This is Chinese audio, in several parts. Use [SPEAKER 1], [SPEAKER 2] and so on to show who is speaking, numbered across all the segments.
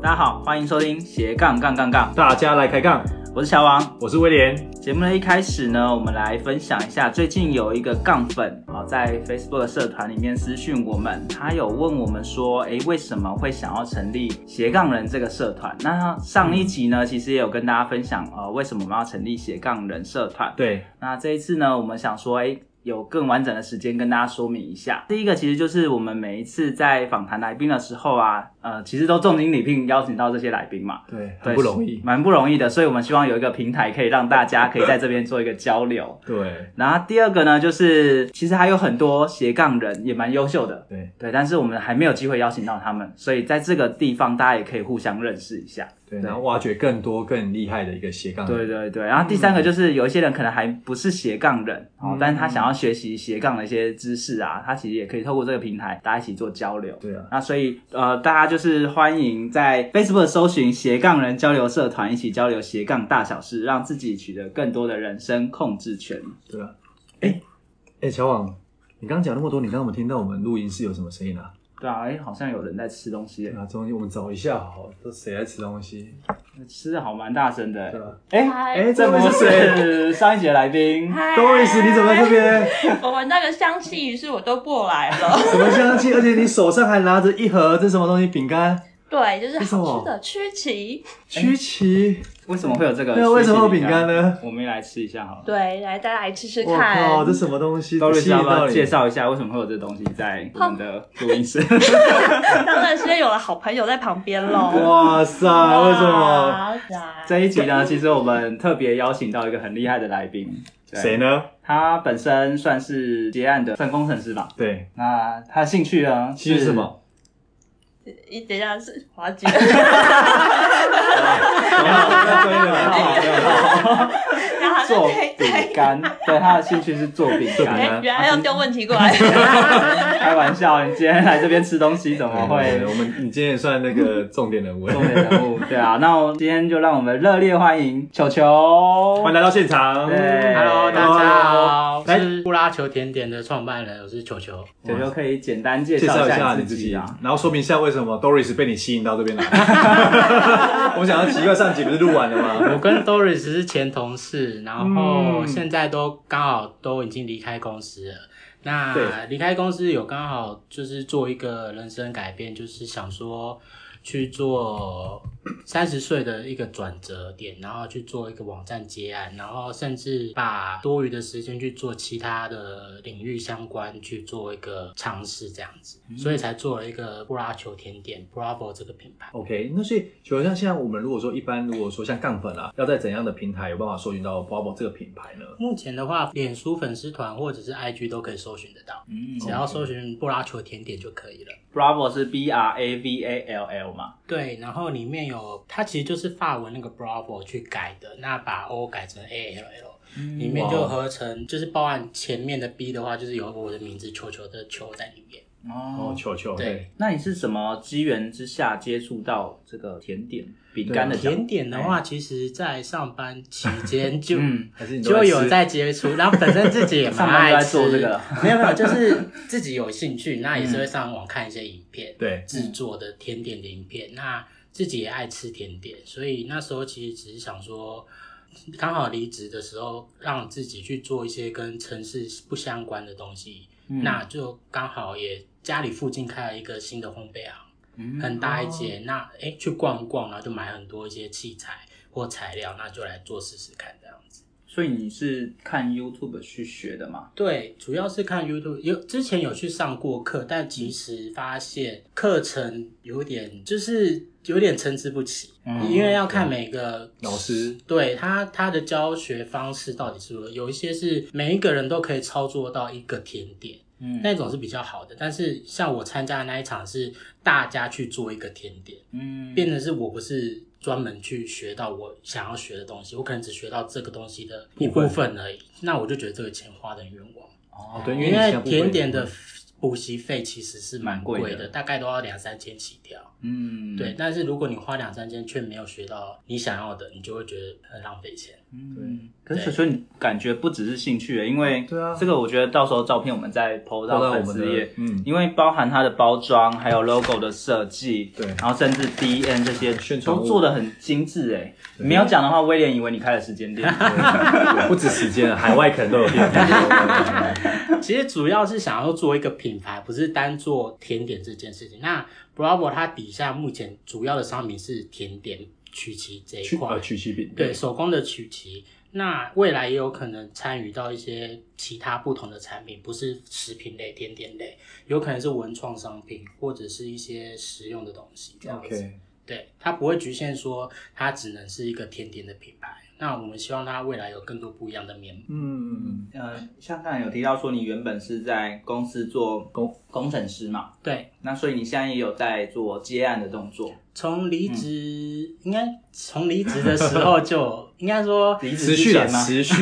[SPEAKER 1] 大家好，欢迎收听斜杠杠杠杠，
[SPEAKER 2] 大家来开杠，
[SPEAKER 1] 我是小王。
[SPEAKER 2] 我是威廉。
[SPEAKER 1] 节目的一开始呢，我们来分享一下，最近有一个杠粉啊，在 Facebook 社团里面私讯我们，他有问我们说，诶，为什么会想要成立斜杠人这个社团？那上一集呢，其实也有跟大家分享，呃，为什么我们要成立斜杠人社团？
[SPEAKER 2] 对，
[SPEAKER 1] 那这一次呢，我们想说，哎，有更完整的时间跟大家说明一下。第一个其实就是我们每一次在访谈来宾的时候啊，呃，其实都重金礼聘邀请到这些来宾嘛，
[SPEAKER 2] 对，
[SPEAKER 1] 对
[SPEAKER 2] 很不容易。
[SPEAKER 1] 蛮不容易的。所以我们希望有一个平台可以让大家可以在这边做一个交 流。
[SPEAKER 2] 对，
[SPEAKER 1] 然后第二个呢，就是其实还有很多斜杠人也蛮优秀的，
[SPEAKER 2] 对，
[SPEAKER 1] 对，但是我们还没有机会邀请到他们，所以在这个地方大家也可以互相认识一下。
[SPEAKER 2] 对，然后挖掘更多更厉害的一个斜杠。
[SPEAKER 1] 对，对对，然后第三个就是有一些人可能还不是斜杠人，哦，但是他想要学习斜杠的一些知识啊，他其实也可以透过这个平台，大家一起做交流。
[SPEAKER 2] 对啊，
[SPEAKER 1] 那所以呃，大家就是欢迎在 Facebook 搜寻斜杠人交流社团，一起交流斜杠大小事，让自己取得更多的人生控制权。
[SPEAKER 2] 对啊。哎，哎，小王，你刚刚讲那么多，你刚刚有没有听到我们录音室有什么声音啊？
[SPEAKER 1] 对啊，哎，好像有人在吃东西耶
[SPEAKER 2] 对，啊，中间我们找一下好了，都谁在吃东西？
[SPEAKER 1] 吃的好蛮大声的
[SPEAKER 2] 对
[SPEAKER 1] 耶。
[SPEAKER 2] 吧？
[SPEAKER 1] 哎，
[SPEAKER 3] 嗨
[SPEAKER 2] 哎，这
[SPEAKER 1] 这
[SPEAKER 2] 不
[SPEAKER 1] 不
[SPEAKER 2] 是谁
[SPEAKER 1] 是上一节来宾？
[SPEAKER 3] 嗨
[SPEAKER 2] ？Doris，你怎么在这？边？
[SPEAKER 3] 我们那个香气仪式我都过来了。
[SPEAKER 2] 什么香气？而且你手上还拿着一盒，这是什么东西？饼干？
[SPEAKER 3] 对，就是
[SPEAKER 2] 为什么
[SPEAKER 3] 好吃的曲奇。
[SPEAKER 2] 曲奇？
[SPEAKER 1] 为什么会有这个？
[SPEAKER 2] 对啊，为什么有饼干？呢？
[SPEAKER 1] 我们也来吃一下好了。
[SPEAKER 3] 对，来大家来吃吃
[SPEAKER 2] 我
[SPEAKER 3] 看。
[SPEAKER 2] 靠，这什么东西？
[SPEAKER 1] 高律师
[SPEAKER 2] 吸引
[SPEAKER 1] 要不
[SPEAKER 2] 到
[SPEAKER 1] 要
[SPEAKER 2] 你
[SPEAKER 1] 介绍一下为什么会有这东西在我们的录音 室？
[SPEAKER 3] 当然是因为有了好朋友在旁边喽。
[SPEAKER 2] 哇塞，为什么？
[SPEAKER 3] 哇塞
[SPEAKER 1] 这一集呢，其实我们特别邀请到一个很厉害的来宾，对
[SPEAKER 2] 谁？呢？
[SPEAKER 1] 他本身算是结案的算工程师吧。
[SPEAKER 2] 对，
[SPEAKER 1] 那他的兴趣呢？
[SPEAKER 2] 其实是什么？？
[SPEAKER 3] 一等一下是滑 稽。然后
[SPEAKER 1] 做
[SPEAKER 3] 就对
[SPEAKER 1] 饼
[SPEAKER 3] 对。
[SPEAKER 2] 啊
[SPEAKER 1] 干， 对他的兴趣是做饼
[SPEAKER 2] 做饼
[SPEAKER 1] 干。
[SPEAKER 2] 干
[SPEAKER 3] 哎，原来要丢问题 过来。
[SPEAKER 1] 开玩笑，你今天来这边吃东西，怎么会
[SPEAKER 2] 对我们你今天也算那个重点人物，
[SPEAKER 1] 重点人物？对啊，那我们今天就让我们热烈欢迎球球
[SPEAKER 2] 欢迎。来到现场。
[SPEAKER 1] 对
[SPEAKER 4] Hello，大家好，我
[SPEAKER 2] 来
[SPEAKER 4] 是布拉球甜点的创办人，我是球球。
[SPEAKER 1] 球球可以简单介
[SPEAKER 2] 介
[SPEAKER 1] 绍
[SPEAKER 2] 绍
[SPEAKER 1] 一
[SPEAKER 2] 一
[SPEAKER 1] 下
[SPEAKER 2] 下
[SPEAKER 1] 你
[SPEAKER 2] 你
[SPEAKER 1] 自
[SPEAKER 2] 自
[SPEAKER 1] 己
[SPEAKER 2] 己，
[SPEAKER 1] 啊。
[SPEAKER 2] 然后说明一下为什么 Doris 被你吸引到这边来。我想要奇怪，上集不是录完了吗？
[SPEAKER 4] 我跟 Doris 是前同事，然后
[SPEAKER 1] 嗯
[SPEAKER 4] 现在都刚好都已经离开公司了。那
[SPEAKER 2] 对
[SPEAKER 4] 离开公司有刚好就是做一个人生改变，就是想说去做三十岁的一个转折点，然后去做一个网站接案，然后甚至把多余的时间去做其他的领域相关去做一个尝试，这样子，所以才做了一个布拉球甜点 Bravo 这个品牌。
[SPEAKER 2] OK，那所以就像现在我们如果说一般，如果说像杠粉啊，要在怎样的平台有办法搜寻到 Bubble 这个品牌呢？
[SPEAKER 4] 目前的话，脸书粉丝团或者是 IG 都可以搜寻得到，
[SPEAKER 1] 嗯
[SPEAKER 4] 只要搜寻布拉球甜点就可以了。
[SPEAKER 1] Bravo 是 B R A V A L L 嘛？
[SPEAKER 4] 对，然后里面有它其实就是法文那个 Bravo 去改的，那把 O 改成 A L L，里
[SPEAKER 1] 嗯
[SPEAKER 4] 面
[SPEAKER 1] 哦
[SPEAKER 4] 就合成就是包含前面的 B 的话，就是有我的名字球球的球在里面。
[SPEAKER 1] 哦，
[SPEAKER 2] 哦，球球
[SPEAKER 4] 对，
[SPEAKER 1] 那你是什么机缘之下接触到这个甜点饼干的讲
[SPEAKER 4] 甜点的话，其实在上班 期间就。
[SPEAKER 1] 嗯，
[SPEAKER 2] 还是你都
[SPEAKER 4] 就有
[SPEAKER 2] 吃
[SPEAKER 4] 在接触，然后本身 自己也蛮
[SPEAKER 1] 上班
[SPEAKER 4] 爱
[SPEAKER 1] 就在
[SPEAKER 4] 吃
[SPEAKER 1] 做这个了
[SPEAKER 4] 没有没有，就是自己有兴趣，那也是会上网看一些影片，
[SPEAKER 2] 对
[SPEAKER 4] 制作的甜点的影
[SPEAKER 1] 嗯
[SPEAKER 4] 片。那自己也爱吃甜点，所以那时候其实只是想说，刚好离职的时候，让自己去做一些跟城市不相关的东西。
[SPEAKER 1] 嗯
[SPEAKER 4] 那就刚好也家里附近开了一个新的烘焙行，
[SPEAKER 1] 嗯
[SPEAKER 4] 很大一间。那哎、诶去逛一逛，然后就买很多一些器材或材料，那就来做试试看这样子。
[SPEAKER 1] 所以你是看 YouTube 去学的嘛？
[SPEAKER 4] 对，主要是看 YouTube，有之前有去上过课，但其实发现课程有点就是有点参差不齐，
[SPEAKER 1] 嗯
[SPEAKER 4] 因为要看每个
[SPEAKER 2] 老师
[SPEAKER 4] 对他他的教学方式到底是如何，有一些是每一个人都可以操作到一个甜点，
[SPEAKER 1] 嗯
[SPEAKER 4] 那种是比较好的。但是像我参加的那一场是大家去做一个甜点，
[SPEAKER 1] 嗯
[SPEAKER 4] 变成是我不是专门去学到我想要学的东西，我可能只学到这个东西的一部分而
[SPEAKER 1] 嗯
[SPEAKER 4] 已。那我就觉得这个钱花的冤枉，
[SPEAKER 1] 哦
[SPEAKER 2] 对因为
[SPEAKER 4] 因
[SPEAKER 2] 你现在
[SPEAKER 4] 为
[SPEAKER 2] 不会
[SPEAKER 4] 甜点的补习费其实是蛮
[SPEAKER 1] 嗯
[SPEAKER 4] 贵
[SPEAKER 1] 蛮贵
[SPEAKER 4] 的，
[SPEAKER 1] 的
[SPEAKER 4] 大概都要两三千起跳。
[SPEAKER 1] 嗯
[SPEAKER 4] 对，但是如果你花两三千却没有学到你想要的，你就会觉得很浪费钱。
[SPEAKER 1] 嗯，可是所以你感觉不只是兴趣，因为
[SPEAKER 2] 对啊
[SPEAKER 1] 这个我觉得到时候照片我们再 PO
[SPEAKER 2] 放
[SPEAKER 1] 到
[SPEAKER 2] 在我
[SPEAKER 1] 粉
[SPEAKER 2] 们
[SPEAKER 1] 丝
[SPEAKER 2] 的
[SPEAKER 1] 页，
[SPEAKER 2] 嗯
[SPEAKER 1] 因为包含它的包装，还有 logo 的设计，
[SPEAKER 2] 对
[SPEAKER 1] 然后甚至 DM 这些
[SPEAKER 2] 宣传
[SPEAKER 1] 都
[SPEAKER 2] 物
[SPEAKER 1] 做的很精致哎。没有讲的话，威廉以为你开了时间 店。
[SPEAKER 2] 不止时间，海外可能都有变化。
[SPEAKER 4] 其实主要是想要做一个品牌，不是单做甜点这件事情。那 Bravo 它底下目前主要的商品是甜点曲嗯奇这一
[SPEAKER 2] 曲
[SPEAKER 4] 块，
[SPEAKER 2] 呃曲奇饼，
[SPEAKER 4] 对手工的曲奇。那未来也有可能参与到一些其他不同的产品，不是食品类、甜点类，有可能是文创商品或者是一些实用的东西
[SPEAKER 1] 嗯
[SPEAKER 4] 这样子。
[SPEAKER 2] ，OK，
[SPEAKER 4] 对，它不会局限说它只能是一个甜点的品牌。那我们希望它未来有更多不一样的面貌。
[SPEAKER 2] 嗯，
[SPEAKER 1] 呃，像刚才有提到说你原本是在公司做
[SPEAKER 2] 工
[SPEAKER 1] 工程师嘛，
[SPEAKER 4] 对，
[SPEAKER 1] 那所以你现在也有在做接案的动作，
[SPEAKER 4] 从离职、应该从离职的时候就应该说，
[SPEAKER 1] 离职
[SPEAKER 2] 持
[SPEAKER 1] 之
[SPEAKER 2] 续
[SPEAKER 4] 啊
[SPEAKER 2] 的
[SPEAKER 1] 前吗？
[SPEAKER 2] 嗯持续，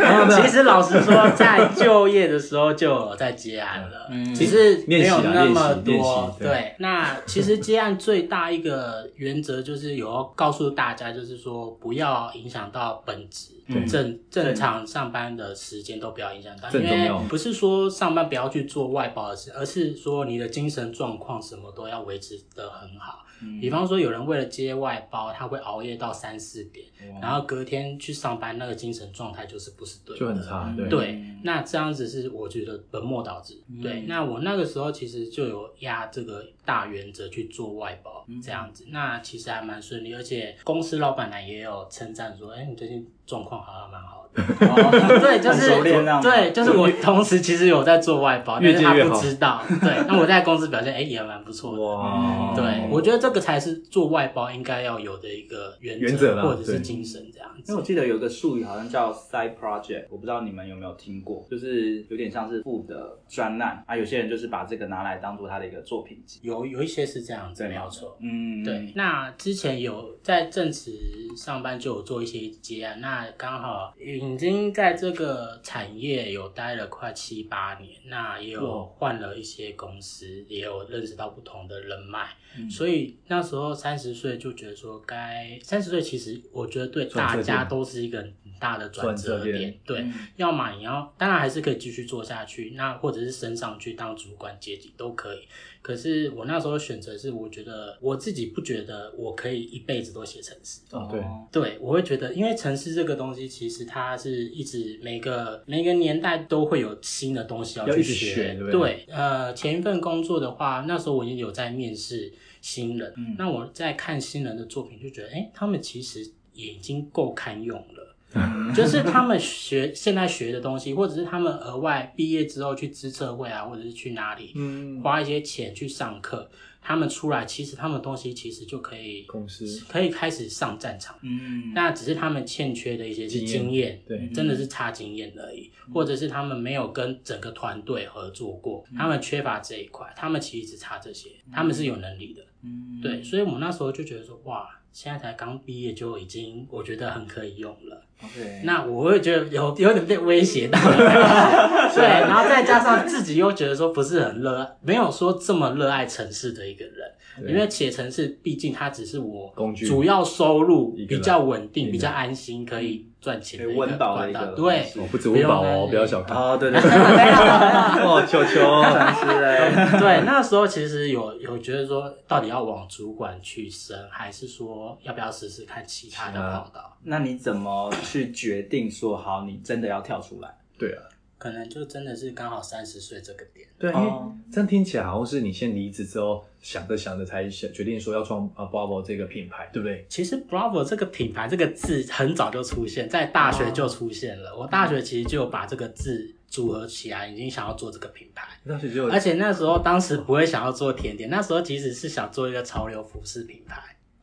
[SPEAKER 2] 然后呢
[SPEAKER 4] 其实老实说，在就业的时候就有在接案了，
[SPEAKER 1] 嗯
[SPEAKER 4] 只是没有那么
[SPEAKER 2] 练习啊练习练
[SPEAKER 4] 多
[SPEAKER 2] 习。对
[SPEAKER 4] 对，那其实接案最大一个原则就是有要告诉大家，就是说不要影响到本职
[SPEAKER 1] 对。
[SPEAKER 2] 嗯
[SPEAKER 4] 正正常上班的时间都不要影响到，
[SPEAKER 2] 这
[SPEAKER 4] 因
[SPEAKER 2] 很重
[SPEAKER 4] 为
[SPEAKER 2] 要
[SPEAKER 4] 不是说上班不要去做外包的事，而是说你的精神状况什么都要维持的很好。比方说，有人为了接外包，他会熬夜到三四点，然后隔天去上班，那个精神状态就是不是对的，
[SPEAKER 2] 就很差，
[SPEAKER 1] 嗯
[SPEAKER 2] 对
[SPEAKER 4] 对，那这样子是我觉得本末倒置。对，
[SPEAKER 1] 嗯
[SPEAKER 4] 那我那个时候其实就有压这个大原则去做外包、
[SPEAKER 1] 嗯
[SPEAKER 4] 这样子，那其实还蛮顺利，而且公司老板呢也有称赞说，哎、你最近状况好像蛮好的。哦、 对，就
[SPEAKER 1] 很熟练这样
[SPEAKER 4] 是
[SPEAKER 1] 子
[SPEAKER 4] 对，就是我同时其实有在做外包，
[SPEAKER 2] 越
[SPEAKER 4] 但是他
[SPEAKER 2] 接越
[SPEAKER 4] 不
[SPEAKER 2] 好
[SPEAKER 4] 知道。对，那我在公司表现哎、也蛮不错的。
[SPEAKER 2] 哇，
[SPEAKER 4] 对，我觉得这个才是做外包应该要有的一个原
[SPEAKER 2] 原则啦
[SPEAKER 4] 或者是
[SPEAKER 2] 对
[SPEAKER 4] 精神这样
[SPEAKER 1] 因为
[SPEAKER 4] 子
[SPEAKER 1] 我。记得有一个术语好像叫 side project，我不知道你们有没有听过，就是有点像是副的专案啊。有些人就是把这个拿来当做他的一个作品集。
[SPEAKER 4] 有有一些是这样子，
[SPEAKER 1] 对
[SPEAKER 4] 没有错。
[SPEAKER 1] 嗯，
[SPEAKER 4] 对，，那之前有在正职上班就有做一些接案，那刚好已经在这个产业有待了快七八年，那也有换了一些公司，也有认识到不同的人脉，
[SPEAKER 1] 嗯
[SPEAKER 4] 所以那时候三十岁就觉得说该三十岁，其实我觉得对大
[SPEAKER 2] 转折
[SPEAKER 4] 家
[SPEAKER 2] 点
[SPEAKER 4] 都是一个很大的转折
[SPEAKER 2] 转折
[SPEAKER 4] 点
[SPEAKER 2] 点，嗯
[SPEAKER 4] 对，要么你要，当然还是可以继续做下去，那或者是升上去当主管阶级都可以。可是我那时候选择是，我觉得我自己不觉得我可以一辈子都写程式。
[SPEAKER 2] 哦对，
[SPEAKER 4] 对，我会觉得，因为城市这个东西，其实它是一直每个每个年代都会有新的东西要
[SPEAKER 2] 要
[SPEAKER 4] 去
[SPEAKER 2] 一直学对不对
[SPEAKER 4] 对，呃，前一份工作的话，那时候我已经有在面试新人，
[SPEAKER 1] 嗯
[SPEAKER 4] 那我在看新人的作品，就觉得，哎，他们其实也已经够堪用了。
[SPEAKER 1] 嗯
[SPEAKER 4] 就是他们学现在学的东西，或者是他们额外毕业之后去资策会啊，或者是去哪里，
[SPEAKER 2] 嗯，
[SPEAKER 4] 花一些钱去上课，他们出来其实他们东西其实就可以
[SPEAKER 2] 公司
[SPEAKER 4] 可以开始上战场。
[SPEAKER 1] 嗯，
[SPEAKER 4] 那只是他们欠缺的一些是
[SPEAKER 2] 经
[SPEAKER 4] 经验，
[SPEAKER 2] 对
[SPEAKER 4] 真的是差经验而已，或者是他们没有跟整个团队合作过，他们缺乏这一块，他们其实只差这些，他们是有能力的，
[SPEAKER 1] 嗯
[SPEAKER 4] 对，所以我们那时候就觉得说，哇，现在才刚毕业就已经，我觉得很可以用了。
[SPEAKER 1] ，OK，
[SPEAKER 4] 那我会觉得有有点被威胁到， 对，然后再加上自己又觉得说不是很热爱，没有说这么热爱城市的一个人，
[SPEAKER 2] 对
[SPEAKER 4] 因为写城市毕竟它只是我
[SPEAKER 2] 工具
[SPEAKER 4] 主要收入
[SPEAKER 2] 一个
[SPEAKER 4] 比较稳
[SPEAKER 2] 一
[SPEAKER 4] 定、
[SPEAKER 2] 个
[SPEAKER 4] 比较安心，可以赚钱的
[SPEAKER 1] 可以
[SPEAKER 4] 一个
[SPEAKER 1] 温饱的
[SPEAKER 4] 管
[SPEAKER 1] 一个，
[SPEAKER 4] 道对，
[SPEAKER 2] 哦不止温饱哦，
[SPEAKER 4] 不用担心
[SPEAKER 2] 不要小看，
[SPEAKER 1] 哦，对对对，哦，球球，真是的，
[SPEAKER 4] 对，那时候其实有有觉得说，到底要往主管去升，还是说要不要试试看其他的
[SPEAKER 2] 其他
[SPEAKER 4] 跑道？
[SPEAKER 1] 那你怎么去决定说好你真的要跳出来？
[SPEAKER 2] 对啊，
[SPEAKER 4] 可能就真的是刚好三十岁这个点。
[SPEAKER 2] 对啊，因为
[SPEAKER 1] 哦
[SPEAKER 2] 这样听起来好像是你先离职之后想着想着才想决定说要创啊 Bubble 这个品牌，对不对？
[SPEAKER 4] 其实 Bravo 这个品牌这个字很早就出现，在大学
[SPEAKER 2] 哦
[SPEAKER 4] 就出现了。我大学其实就有把这个字组合起来，已经想要做这个品牌。
[SPEAKER 2] 那时就
[SPEAKER 4] 而且那时候当时不会想要做甜点，那时候其实是想做一个潮流服饰品牌，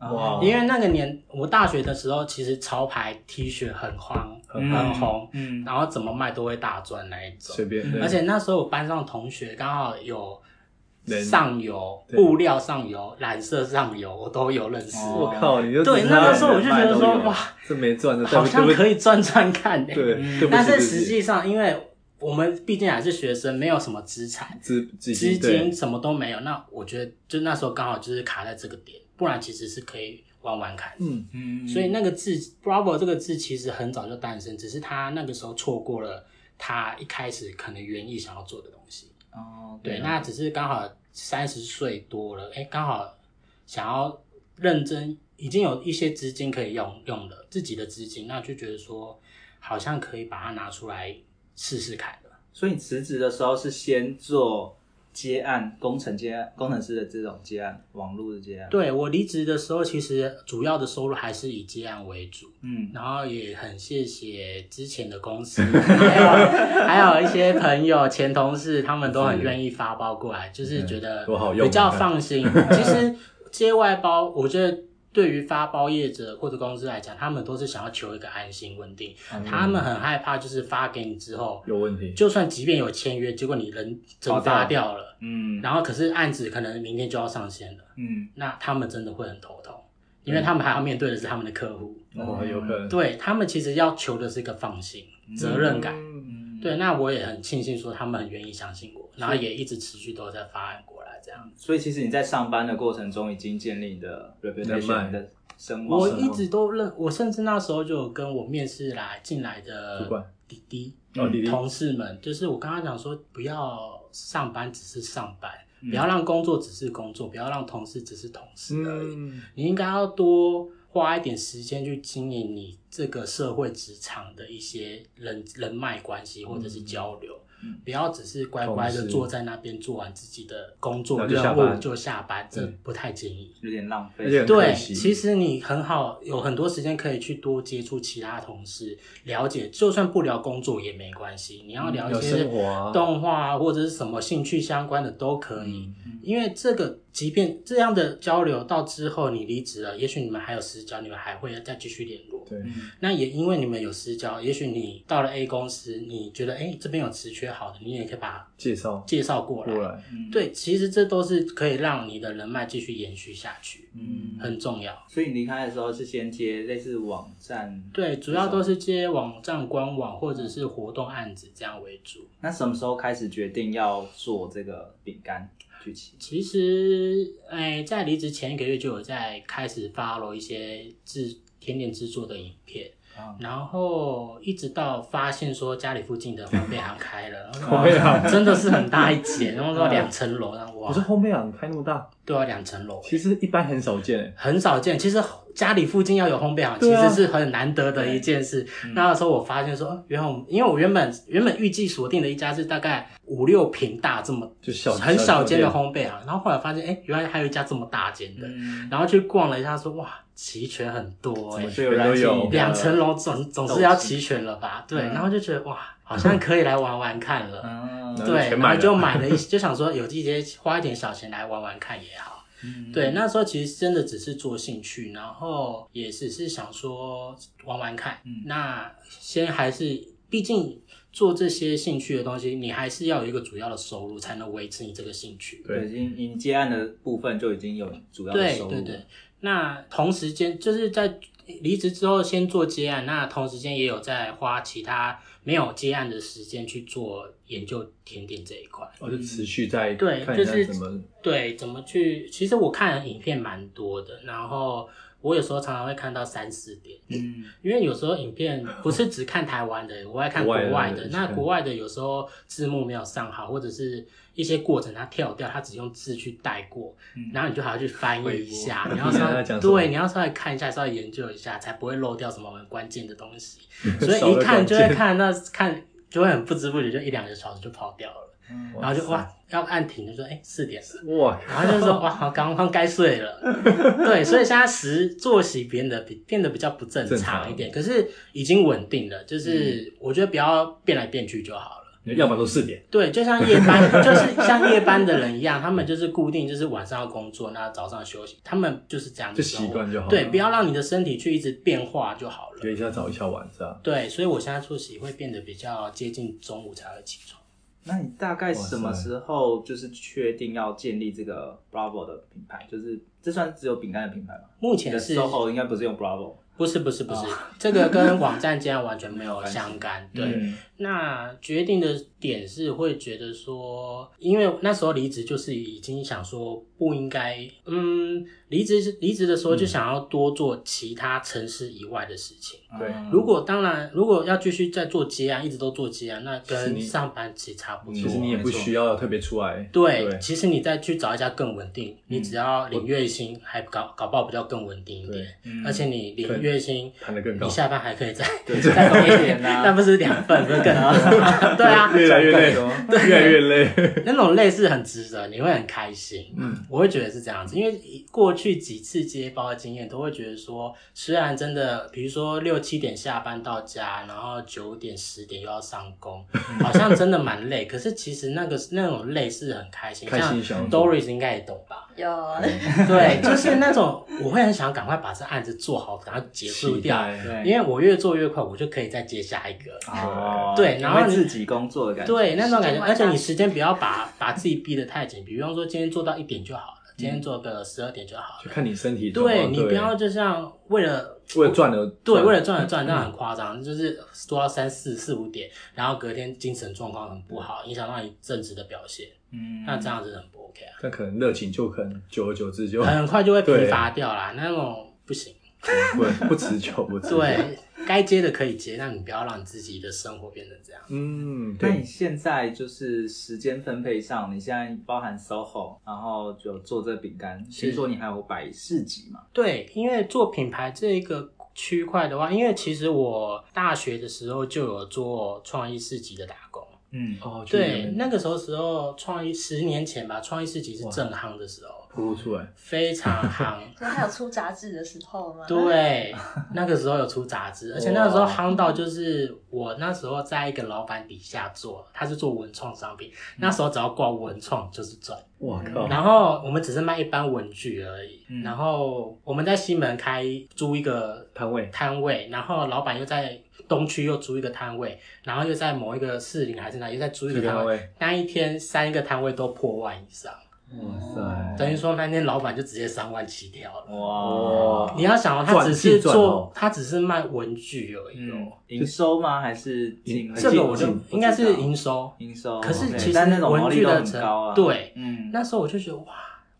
[SPEAKER 2] 哇
[SPEAKER 4] 因为那个年我大学的时候，其实潮牌 T 恤很慌
[SPEAKER 2] 很
[SPEAKER 4] 很红，
[SPEAKER 1] 嗯，
[SPEAKER 4] 然后怎么卖都会大赚那一种
[SPEAKER 2] 随。便，对
[SPEAKER 4] 嗯而且那时候我班上同学刚好有
[SPEAKER 2] 人
[SPEAKER 4] 上游、
[SPEAKER 2] 对
[SPEAKER 4] 布料上游、染色上游，我都有认识。
[SPEAKER 1] 哦
[SPEAKER 2] 我靠，你就
[SPEAKER 4] 对
[SPEAKER 2] 知道
[SPEAKER 4] 那个时候我就觉得
[SPEAKER 2] 人脉都
[SPEAKER 4] 说
[SPEAKER 2] 有
[SPEAKER 4] 哇，
[SPEAKER 2] 这没赚的，
[SPEAKER 4] 好像可
[SPEAKER 2] 以，
[SPEAKER 4] 以赚赚看欸
[SPEAKER 2] 对，对不起
[SPEAKER 4] 但是
[SPEAKER 2] 对不起
[SPEAKER 4] 实际上，因为我们毕竟还是学生，没有什么资产、
[SPEAKER 2] 资资
[SPEAKER 4] 资
[SPEAKER 2] 对
[SPEAKER 4] 金，什么都没有。那我觉得，就那时候刚好就是卡在这个点，不然其实是可以玩玩看。
[SPEAKER 2] 嗯，
[SPEAKER 1] 嗯
[SPEAKER 4] 所以那个字 Bravo 这个字其实很早就诞生，只是他那个时候错过了他一开始可能原意想要做的东西。
[SPEAKER 1] 哦，
[SPEAKER 4] 对，那只是刚好三十岁多了，哎，刚好想要认真，已经有一些资金可以用用了，自己的资金，那就觉得说好像可以把它拿出来试试看了。
[SPEAKER 1] 所以你辞职的时候是先做接案工程接案工程师的这种接案，网络的接案。，
[SPEAKER 4] 对我离职的时候，其实主要的收入还是以接案为主，
[SPEAKER 1] 嗯，
[SPEAKER 4] 然后也很谢谢之前的公司，还有 还有一些朋友、前同事，他们都很愿意发包过来，就是觉得
[SPEAKER 2] 嗯多好用啊
[SPEAKER 4] 比较放心。其实接外包，我觉得对于发包业者或者公司来讲，他们都是想要求一个安心稳定，他们很害怕就是发给你之后，
[SPEAKER 2] 嗯有问题，
[SPEAKER 4] 就算即便有签约，结果你人蒸发掉了，
[SPEAKER 1] 嗯，
[SPEAKER 4] 然后可是案子可能明天就要上线了，
[SPEAKER 1] 嗯，
[SPEAKER 4] 那他们真的会很头痛，因为
[SPEAKER 2] 嗯
[SPEAKER 4] 他们还要面对的是他们的客户。
[SPEAKER 2] 哦，有可能
[SPEAKER 4] 对他们其实要求的是一个放心、责任感。
[SPEAKER 1] 嗯
[SPEAKER 4] 对，那我也很庆幸说他们很愿意相信我，然后也一直持续都在发案过来这样。
[SPEAKER 1] 所以其实你在上班的过程中已经建立你的 reputation
[SPEAKER 2] 脉
[SPEAKER 1] 你的声
[SPEAKER 2] 哦
[SPEAKER 1] 望。
[SPEAKER 4] 我一直都认，我甚至那时候就有跟我面试来进来的
[SPEAKER 2] 主管
[SPEAKER 4] 弟弟、
[SPEAKER 2] 哦，弟弟，
[SPEAKER 4] 同事们，就是我刚刚讲说，不要上班只是上班，
[SPEAKER 2] 嗯
[SPEAKER 4] 不要让工作只是工作，不要让同事只是同事而已。
[SPEAKER 2] 嗯，
[SPEAKER 4] 你应该要多花一点时间去经营你这个社会职场的一些人人脉关系或者是交流，
[SPEAKER 1] 嗯
[SPEAKER 4] 不要只是乖乖
[SPEAKER 2] 同事
[SPEAKER 4] 的坐在那边做完自己的工作
[SPEAKER 2] 然后就下
[SPEAKER 4] 任
[SPEAKER 2] 班
[SPEAKER 4] 务就下班，这
[SPEAKER 2] 嗯
[SPEAKER 4] 不太建议。
[SPEAKER 1] 有点浪费，
[SPEAKER 2] 而且很可
[SPEAKER 4] 对，
[SPEAKER 2] 惜
[SPEAKER 4] 其实你很好，有很多时间可以去多接触其他同事，了解，就算不聊工作也没关系，你要聊一
[SPEAKER 2] 聊
[SPEAKER 4] 些
[SPEAKER 2] 生活啊
[SPEAKER 4] 动画啊，或者是什么兴趣相关的都可以。
[SPEAKER 2] 嗯
[SPEAKER 4] 因为这个，即便这样的交流到之后你离职了，也许你们还有私交，你们还会再继续联络。
[SPEAKER 2] 对，
[SPEAKER 4] 那也因为你们有私交，也许你到了 A 公司，你觉得哎、诶这边有职缺好的，你也可以把它
[SPEAKER 2] 介绍
[SPEAKER 4] 介绍过来。
[SPEAKER 2] 过来，
[SPEAKER 1] 嗯，
[SPEAKER 4] 对，其实这都是可以让你的人脉继续延续下去，
[SPEAKER 1] 嗯，
[SPEAKER 4] 很重要。
[SPEAKER 1] 所以你离开的时候是先接类似网站，
[SPEAKER 4] 对，主要都是接网站、官网或者是活动案子这样为主。
[SPEAKER 1] 那什么时候开始决定要做这个饼干剧情？
[SPEAKER 4] 其实，哎、在离职前一个月就有在开始发了一些制甜点制作的影片，
[SPEAKER 1] 啊
[SPEAKER 4] 然后一直到发现说家里附近的烘焙行开了，
[SPEAKER 2] 烘焙行
[SPEAKER 4] 真的是很大一间，然后说两层楼，然后
[SPEAKER 2] 可是
[SPEAKER 4] 哇，
[SPEAKER 2] 后面啊，你开那么大，
[SPEAKER 4] 对啊，两层楼，
[SPEAKER 2] 其实一般很少见欸，
[SPEAKER 4] 很少见。其实家里附近要有烘焙行，其
[SPEAKER 2] 对啊嗯
[SPEAKER 4] 实是很难得的一件事。那时候我发现说，哦原来我们因为我原本原本预计锁定的一家是大概五六平大这么
[SPEAKER 2] 就小
[SPEAKER 4] 很少见的
[SPEAKER 2] 小
[SPEAKER 4] 烘焙行，然后后来发现，哎、原来还有一家这么大间的，
[SPEAKER 1] 嗯，
[SPEAKER 4] 然后去逛了一下说哇，齐全很多哎、
[SPEAKER 2] 怎么
[SPEAKER 1] 所以有燃起你的
[SPEAKER 4] 两层楼总总是要齐全了吧？对，
[SPEAKER 1] 嗯
[SPEAKER 4] 然后就觉得哇，好像可以来玩玩看了，
[SPEAKER 1] 嗯，
[SPEAKER 2] 然后就
[SPEAKER 4] 对，
[SPEAKER 2] 全
[SPEAKER 4] 然
[SPEAKER 2] 买
[SPEAKER 4] 后
[SPEAKER 2] 了
[SPEAKER 4] 就买 了一，就想说有一些花一点小钱来玩玩看也好。
[SPEAKER 1] 嗯
[SPEAKER 4] 对，那时候其实真的只是做兴趣，然后也只是想说玩玩看。
[SPEAKER 1] 嗯
[SPEAKER 4] 那先还是，毕竟做这些兴趣的东西，你还是要有一个主要的收入，才能维持你这个兴趣。
[SPEAKER 1] 对，
[SPEAKER 2] 对
[SPEAKER 1] 已经已经接案的部分就已经有主要的
[SPEAKER 4] 对
[SPEAKER 1] 收入，
[SPEAKER 4] 对对，那同时间就是在离职之后先做接案，那同时间也有在花其他没有接案的时间去做研究甜点这一块。
[SPEAKER 2] 店，我就持续在
[SPEAKER 4] 嗯对
[SPEAKER 2] 看
[SPEAKER 4] 就
[SPEAKER 2] 一下
[SPEAKER 4] 是
[SPEAKER 2] 什么
[SPEAKER 4] 对，怎么去？其实我看影片蛮多的，然后我有时候常常会看到三四点，
[SPEAKER 1] 嗯，
[SPEAKER 4] 因为有时候影片不是只看台湾的，我爱看国
[SPEAKER 2] 嗯国外
[SPEAKER 4] 外
[SPEAKER 2] 的
[SPEAKER 4] 的。那国外的有时候字幕没有上好，或者是一些过程它跳掉，它只用字去带过，
[SPEAKER 1] 嗯
[SPEAKER 4] 然后你就还要去翻译一下，你要稍
[SPEAKER 2] 嗯 你要
[SPEAKER 4] 微
[SPEAKER 2] 讲什么
[SPEAKER 4] 对，你要稍微看一下，稍微研究一下，才不会漏掉什么很关键的东西。所
[SPEAKER 2] 嗯 少
[SPEAKER 4] 以
[SPEAKER 2] 了
[SPEAKER 4] 一看就
[SPEAKER 2] 关
[SPEAKER 4] 会
[SPEAKER 2] 键
[SPEAKER 4] 看那看就会很不知不觉就一两个小时就跑掉了，
[SPEAKER 1] 嗯
[SPEAKER 4] 然后就哇要按停就说哎四点了。
[SPEAKER 2] 哇，
[SPEAKER 4] 然后就说 哇，好刚刚该睡了，对，所以现在时作息变得比变得比较不正
[SPEAKER 2] 正
[SPEAKER 4] 常
[SPEAKER 2] 常
[SPEAKER 4] 一点，可是已经稳定了，
[SPEAKER 1] 嗯
[SPEAKER 4] 就是我觉得不要变来变去就好了。
[SPEAKER 2] 要么都四点，
[SPEAKER 4] 对，就像夜 班，就是像夜班的人一样，他们就是固定就是晚上要工作，那早上休息，他们就是这样
[SPEAKER 2] 就
[SPEAKER 4] 子生
[SPEAKER 2] 习
[SPEAKER 4] 活。
[SPEAKER 2] 惯就好。
[SPEAKER 4] 嗯对，，不要让你的身体去一直变化就好了。
[SPEAKER 2] 就一下早一下晚是吧？
[SPEAKER 4] 对，所以我现在作息会变得比较接近中午才会起床。
[SPEAKER 1] 那你大概什么时候就是确定要建立这个 Bravo 的品牌？就是这算只有饼干的品牌吗？
[SPEAKER 4] 目
[SPEAKER 1] 你
[SPEAKER 4] 前
[SPEAKER 1] 的
[SPEAKER 4] 是
[SPEAKER 1] SOHO 应该不是用 Bravo，
[SPEAKER 4] 不是不是不是，
[SPEAKER 2] 哦
[SPEAKER 4] 这个跟网站竟然完全 没有相干。对，
[SPEAKER 1] 嗯
[SPEAKER 4] 那决定的点是会觉得说，因为那时候离职就是已经想说不应该，嗯，离职离职的时候
[SPEAKER 2] 嗯
[SPEAKER 4] 就想要多做其他城市以外的事情。
[SPEAKER 2] 对
[SPEAKER 1] 嗯
[SPEAKER 4] 如果当然，如果要继续再做接案，一直都做接案，那
[SPEAKER 2] 其实
[SPEAKER 4] 跟
[SPEAKER 2] 你嗯
[SPEAKER 4] 上班其实差不多。
[SPEAKER 2] 其实你也不需
[SPEAKER 4] 要。
[SPEAKER 2] 要特别出来，
[SPEAKER 4] 嗯对，
[SPEAKER 2] 对嗯
[SPEAKER 4] 其实你再去找一家更稳定，你只要领月薪，还搞搞不好比较更稳定一
[SPEAKER 2] 对嗯
[SPEAKER 4] 点。而且你领
[SPEAKER 2] 对
[SPEAKER 4] 月薪，
[SPEAKER 2] 谈得更高
[SPEAKER 4] 你，下班还可以再
[SPEAKER 2] 哦对
[SPEAKER 4] 再多一点
[SPEAKER 1] 对啊
[SPEAKER 4] 那不是两 份，不是更多吗？ 对啊，
[SPEAKER 2] 越来越累， 越来越累。
[SPEAKER 4] 那种累是很值得，你会很开心。
[SPEAKER 2] 嗯，
[SPEAKER 4] 我会觉得是这样子，因为过去几次接包的经验，都会觉得说，虽然真的，比如说六七点下班到家，然后九点十点又要上工，好像真的蛮累。可是其实那个那种累是很开心，
[SPEAKER 2] 开心
[SPEAKER 4] 像
[SPEAKER 2] 享受
[SPEAKER 4] Doris 应该也懂吧？
[SPEAKER 3] 有，
[SPEAKER 4] 对，就是那种我会很想赶快把这案子做好，赶快结束掉，
[SPEAKER 1] 对，
[SPEAKER 4] 因为我越做越快，我就可以再接下一个。
[SPEAKER 1] 哦，
[SPEAKER 4] 啊对然后
[SPEAKER 1] 因为
[SPEAKER 4] 你
[SPEAKER 1] 自己工作的感觉，
[SPEAKER 4] 对，那种
[SPEAKER 3] 时间
[SPEAKER 4] 感觉，
[SPEAKER 3] 观
[SPEAKER 4] 而且
[SPEAKER 3] 察。
[SPEAKER 4] 你时间不要把把自己逼得太紧，比方说今天做到一点就好了，今天做个十二点就好
[SPEAKER 2] 就
[SPEAKER 4] 了。
[SPEAKER 2] 看你身体状况。
[SPEAKER 4] 对你不要就像为了
[SPEAKER 2] 为了赚而
[SPEAKER 4] 对为了赚而赚，那很夸张，就是做到三四四五点，然后隔天精神状况很不好，影响到你正职的表现，
[SPEAKER 1] 嗯，
[SPEAKER 4] 那这样子很不 OK 啊，
[SPEAKER 2] 但可能热情就可能久而久之就
[SPEAKER 4] 很快就会疲
[SPEAKER 2] 对
[SPEAKER 4] 乏掉啦，那种不行。
[SPEAKER 2] 不 不持久，不持久。，
[SPEAKER 4] 对，该接的可以接，但你不要让自己的生活变成这样。
[SPEAKER 2] 嗯，
[SPEAKER 1] 那你
[SPEAKER 2] 对，
[SPEAKER 1] 现在就是时间分配上，你现在包含 SOHO，然后就做这饼干，听说你还有摆市集嘛？
[SPEAKER 4] 对，因为做品牌这一个区块的话，因为其实我大学的时候就有做创意市集的打工。
[SPEAKER 1] 嗯，
[SPEAKER 2] 哦，就
[SPEAKER 4] 对，那个时候时候创意十年前吧，创意市集是正夯的时候，
[SPEAKER 2] 哭出来，
[SPEAKER 4] 非常夯
[SPEAKER 3] 就还有出杂志的时候吗？，哎
[SPEAKER 4] 对，那个时候有出杂志，而且那个时候夯到就是我那时候在一个老板底下做，他是做文创商品，那时候只要挂文创就是赚。
[SPEAKER 2] 哇靠！
[SPEAKER 4] 然后我们只是卖一般文具而已。
[SPEAKER 1] 嗯
[SPEAKER 4] 然后我们在西门开租一个
[SPEAKER 2] 摊位
[SPEAKER 4] 摊位，然后老板又在东区又租一个摊位，然后又在某一个士林还是哪又再租一个摊
[SPEAKER 2] 摊
[SPEAKER 4] 位。
[SPEAKER 2] 位，
[SPEAKER 4] 那一天三个摊位都破万以上，
[SPEAKER 2] 哇塞，
[SPEAKER 4] 等于说那天老板就直接三万起跳了。
[SPEAKER 1] 哇，
[SPEAKER 4] 你要想哦，他只
[SPEAKER 2] 赚
[SPEAKER 4] 是
[SPEAKER 2] 是赚哦
[SPEAKER 4] 做，他只是卖文具而已
[SPEAKER 1] 嗯
[SPEAKER 4] 哦。，
[SPEAKER 1] 营收吗？还是进？
[SPEAKER 4] 这个我就
[SPEAKER 2] 进
[SPEAKER 4] 应该是
[SPEAKER 1] 营
[SPEAKER 4] 营收，
[SPEAKER 1] 营收，
[SPEAKER 4] 可是
[SPEAKER 1] 哦 OK，
[SPEAKER 4] 其实
[SPEAKER 1] 但那种毛
[SPEAKER 4] 文
[SPEAKER 1] 利
[SPEAKER 4] 具
[SPEAKER 1] 都
[SPEAKER 4] 的
[SPEAKER 1] 很
[SPEAKER 4] 成
[SPEAKER 1] 高啊。
[SPEAKER 4] 对，
[SPEAKER 1] 嗯，
[SPEAKER 4] 那时候我就觉得哇，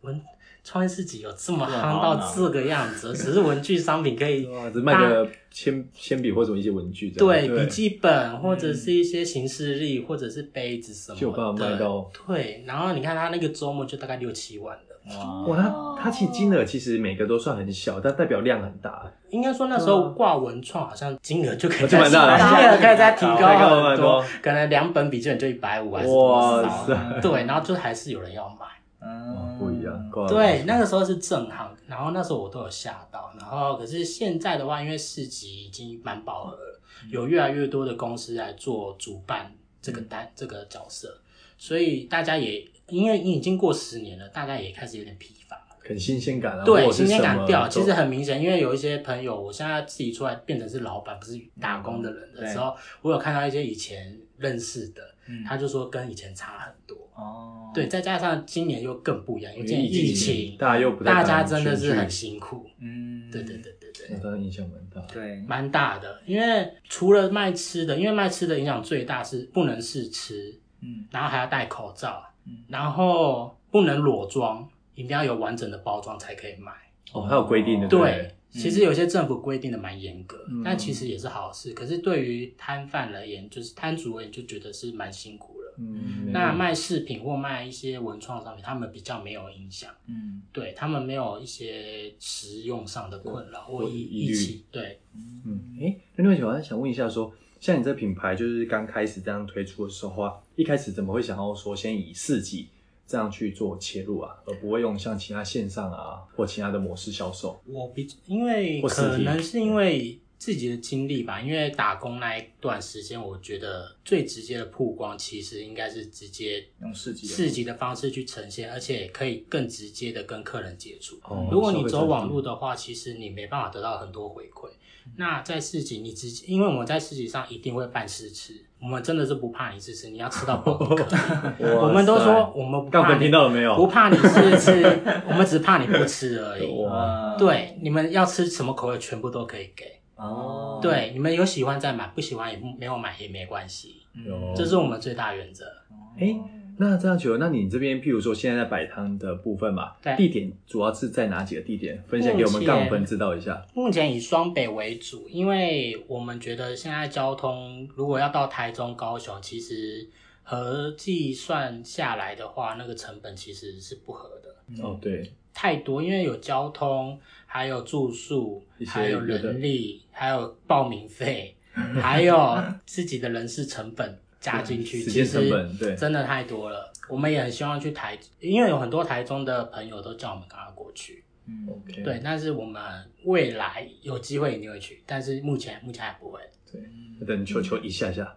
[SPEAKER 4] 文创业市集有这么
[SPEAKER 1] 这么
[SPEAKER 4] 夯
[SPEAKER 1] 好啊
[SPEAKER 4] 到这个样子，只是文具商品可以
[SPEAKER 2] 哇，只卖个铅铅笔或者一些文具这
[SPEAKER 4] 对
[SPEAKER 2] 样，
[SPEAKER 4] 笔记本或者是一些行事历或者是杯子什
[SPEAKER 2] 就有
[SPEAKER 4] 么
[SPEAKER 2] 办法卖
[SPEAKER 4] 的，
[SPEAKER 2] 到。
[SPEAKER 4] 对。然后你看他那个周末就大概六七万了，
[SPEAKER 1] 哇，
[SPEAKER 2] 哇，它它其实金额其实每个都算很小，但代表量很大。
[SPEAKER 4] 应该说那时候挂文创好像金额就可以
[SPEAKER 2] 哦就
[SPEAKER 4] 再
[SPEAKER 2] 蛮大了
[SPEAKER 4] 金额可以再
[SPEAKER 1] 提
[SPEAKER 4] 提
[SPEAKER 2] 高
[SPEAKER 4] 高
[SPEAKER 2] 蛮多
[SPEAKER 4] 很多，可能两本笔记本就一百五还是多
[SPEAKER 2] 哇
[SPEAKER 4] 少？
[SPEAKER 2] 塞，
[SPEAKER 4] 对，然后就还是有人要买。
[SPEAKER 1] 嗯
[SPEAKER 2] 不一样，挂了
[SPEAKER 4] 对，那个时候是正行，然后那时候我都有吓到，然后可是现在的话，因为市集已经蛮饱和了，
[SPEAKER 1] 嗯
[SPEAKER 4] 有越来越多的公司来做主办这
[SPEAKER 2] 嗯
[SPEAKER 4] 个单、这个角色，所以大家也因为你已经过十年了，大家也开始有点疲乏了。
[SPEAKER 2] 很新鲜感啊，或
[SPEAKER 4] 对，
[SPEAKER 2] 者是
[SPEAKER 4] 新鲜
[SPEAKER 2] 什
[SPEAKER 4] 感
[SPEAKER 2] 么
[SPEAKER 4] 掉，
[SPEAKER 2] 都
[SPEAKER 4] 其实很明显，因为有一些朋友，我现在自己出来变成是老板，不是打
[SPEAKER 2] 嗯
[SPEAKER 4] 工的人的时候，我有看到一些以前认识的，
[SPEAKER 1] 嗯
[SPEAKER 4] 他就说跟以前差很多。
[SPEAKER 1] 哦，
[SPEAKER 4] 对，，再加上今年又更不一样，因为今
[SPEAKER 2] 因为
[SPEAKER 4] 年
[SPEAKER 2] 疫
[SPEAKER 4] 疫情，
[SPEAKER 2] 大家又不太
[SPEAKER 4] 大
[SPEAKER 2] 敢
[SPEAKER 4] 家真的
[SPEAKER 2] 群
[SPEAKER 4] 是
[SPEAKER 2] 聚
[SPEAKER 4] 很辛苦。
[SPEAKER 1] 嗯，
[SPEAKER 4] 对对对对对，
[SPEAKER 2] 那当然影响蛮大。
[SPEAKER 1] 对，
[SPEAKER 4] 蛮大的。因为除了卖吃的，因为卖吃的影响最大是不能试吃，
[SPEAKER 1] 嗯
[SPEAKER 4] 然后还要戴口罩
[SPEAKER 1] 嗯，
[SPEAKER 4] 然后不能裸装，一定要有完整的包装才可以买。
[SPEAKER 2] 哦，它有规定的，不
[SPEAKER 4] 对，其实有些政府规定的蛮严格
[SPEAKER 2] 嗯，
[SPEAKER 4] 但其实也是好事。可是对于摊贩而言，就是摊主而言，就觉得是蛮辛苦了。
[SPEAKER 2] 嗯，
[SPEAKER 4] 那
[SPEAKER 2] 没
[SPEAKER 4] 卖饰品或卖一些文创商品，他们比较没有影响。
[SPEAKER 1] 嗯
[SPEAKER 4] 对他们没有一些实用上的困扰或
[SPEAKER 2] 或
[SPEAKER 4] 一
[SPEAKER 2] 疑虑
[SPEAKER 4] 一起对，
[SPEAKER 2] 嗯，哎，那另外一个我还想问一下说，像你这品牌就是刚开始这样推出的时候啊，一开始怎么会想要说先以四级这样去做切入啊，而不会用像其他线上啊或其他的模式销售？
[SPEAKER 4] 我比因为
[SPEAKER 2] 或实
[SPEAKER 4] 可
[SPEAKER 2] 体
[SPEAKER 4] 能是因为自己的经历吧，因为打工那一段时间，我觉得最直接的曝光其实应该是直接
[SPEAKER 1] 用市集的
[SPEAKER 4] 市集的方式去呈现，而且可以更直接的跟客人接触。
[SPEAKER 2] 哦
[SPEAKER 4] 如果你走网络，的话，其实你没办法得到很多回馈。
[SPEAKER 2] 嗯
[SPEAKER 4] 那在市集，你直接，因为我们在市集上一定会办试吃，我们真的是不怕你试吃，你要吃到饱就可以。
[SPEAKER 2] 哇
[SPEAKER 4] 我们都
[SPEAKER 2] 塞
[SPEAKER 4] 说我们不
[SPEAKER 2] 杠
[SPEAKER 4] 怕
[SPEAKER 2] 粉
[SPEAKER 4] 你
[SPEAKER 2] 听到了没
[SPEAKER 4] 不
[SPEAKER 2] 有？
[SPEAKER 4] 怕你试吃，我们只怕你不吃而已。
[SPEAKER 2] 哇，
[SPEAKER 1] 呃
[SPEAKER 4] 对，你们要吃什么口味，全部都可以给。
[SPEAKER 1] 哦，
[SPEAKER 4] 对，你们有喜欢再买，不喜欢也不没有买也没关系，
[SPEAKER 1] 嗯，
[SPEAKER 2] 有
[SPEAKER 4] 这是我们最大原则。
[SPEAKER 2] 哎，那这样球，那你这边譬如说现在在摆摊的部分嘛，
[SPEAKER 4] 对
[SPEAKER 2] 地点主要是在哪几个地点？分享给我们
[SPEAKER 4] 目前
[SPEAKER 2] 杠粉知道一下。
[SPEAKER 4] 目前以双北为主，因为我们觉得现在交通如果要到台中、高雄，其实合计算下来的话，那个成本其实是不合的。
[SPEAKER 1] 嗯
[SPEAKER 2] 哦，对，
[SPEAKER 4] 太多，因为有交通，还有住宿
[SPEAKER 2] 一，些
[SPEAKER 4] 还有
[SPEAKER 2] 有的
[SPEAKER 4] 人力，还有报名费，还 有自己的人事成本加进去，
[SPEAKER 2] 时
[SPEAKER 4] 其
[SPEAKER 2] 间
[SPEAKER 4] 实
[SPEAKER 2] 成本对
[SPEAKER 4] 真的太多了。我们也很希望去台，因为有很多台中的朋友都叫我们赶快过去，
[SPEAKER 1] 嗯，
[SPEAKER 2] ，OK，
[SPEAKER 4] 对。但是我们未来有机会一定会去，但是目前目前还不会。
[SPEAKER 2] 等球球一下下。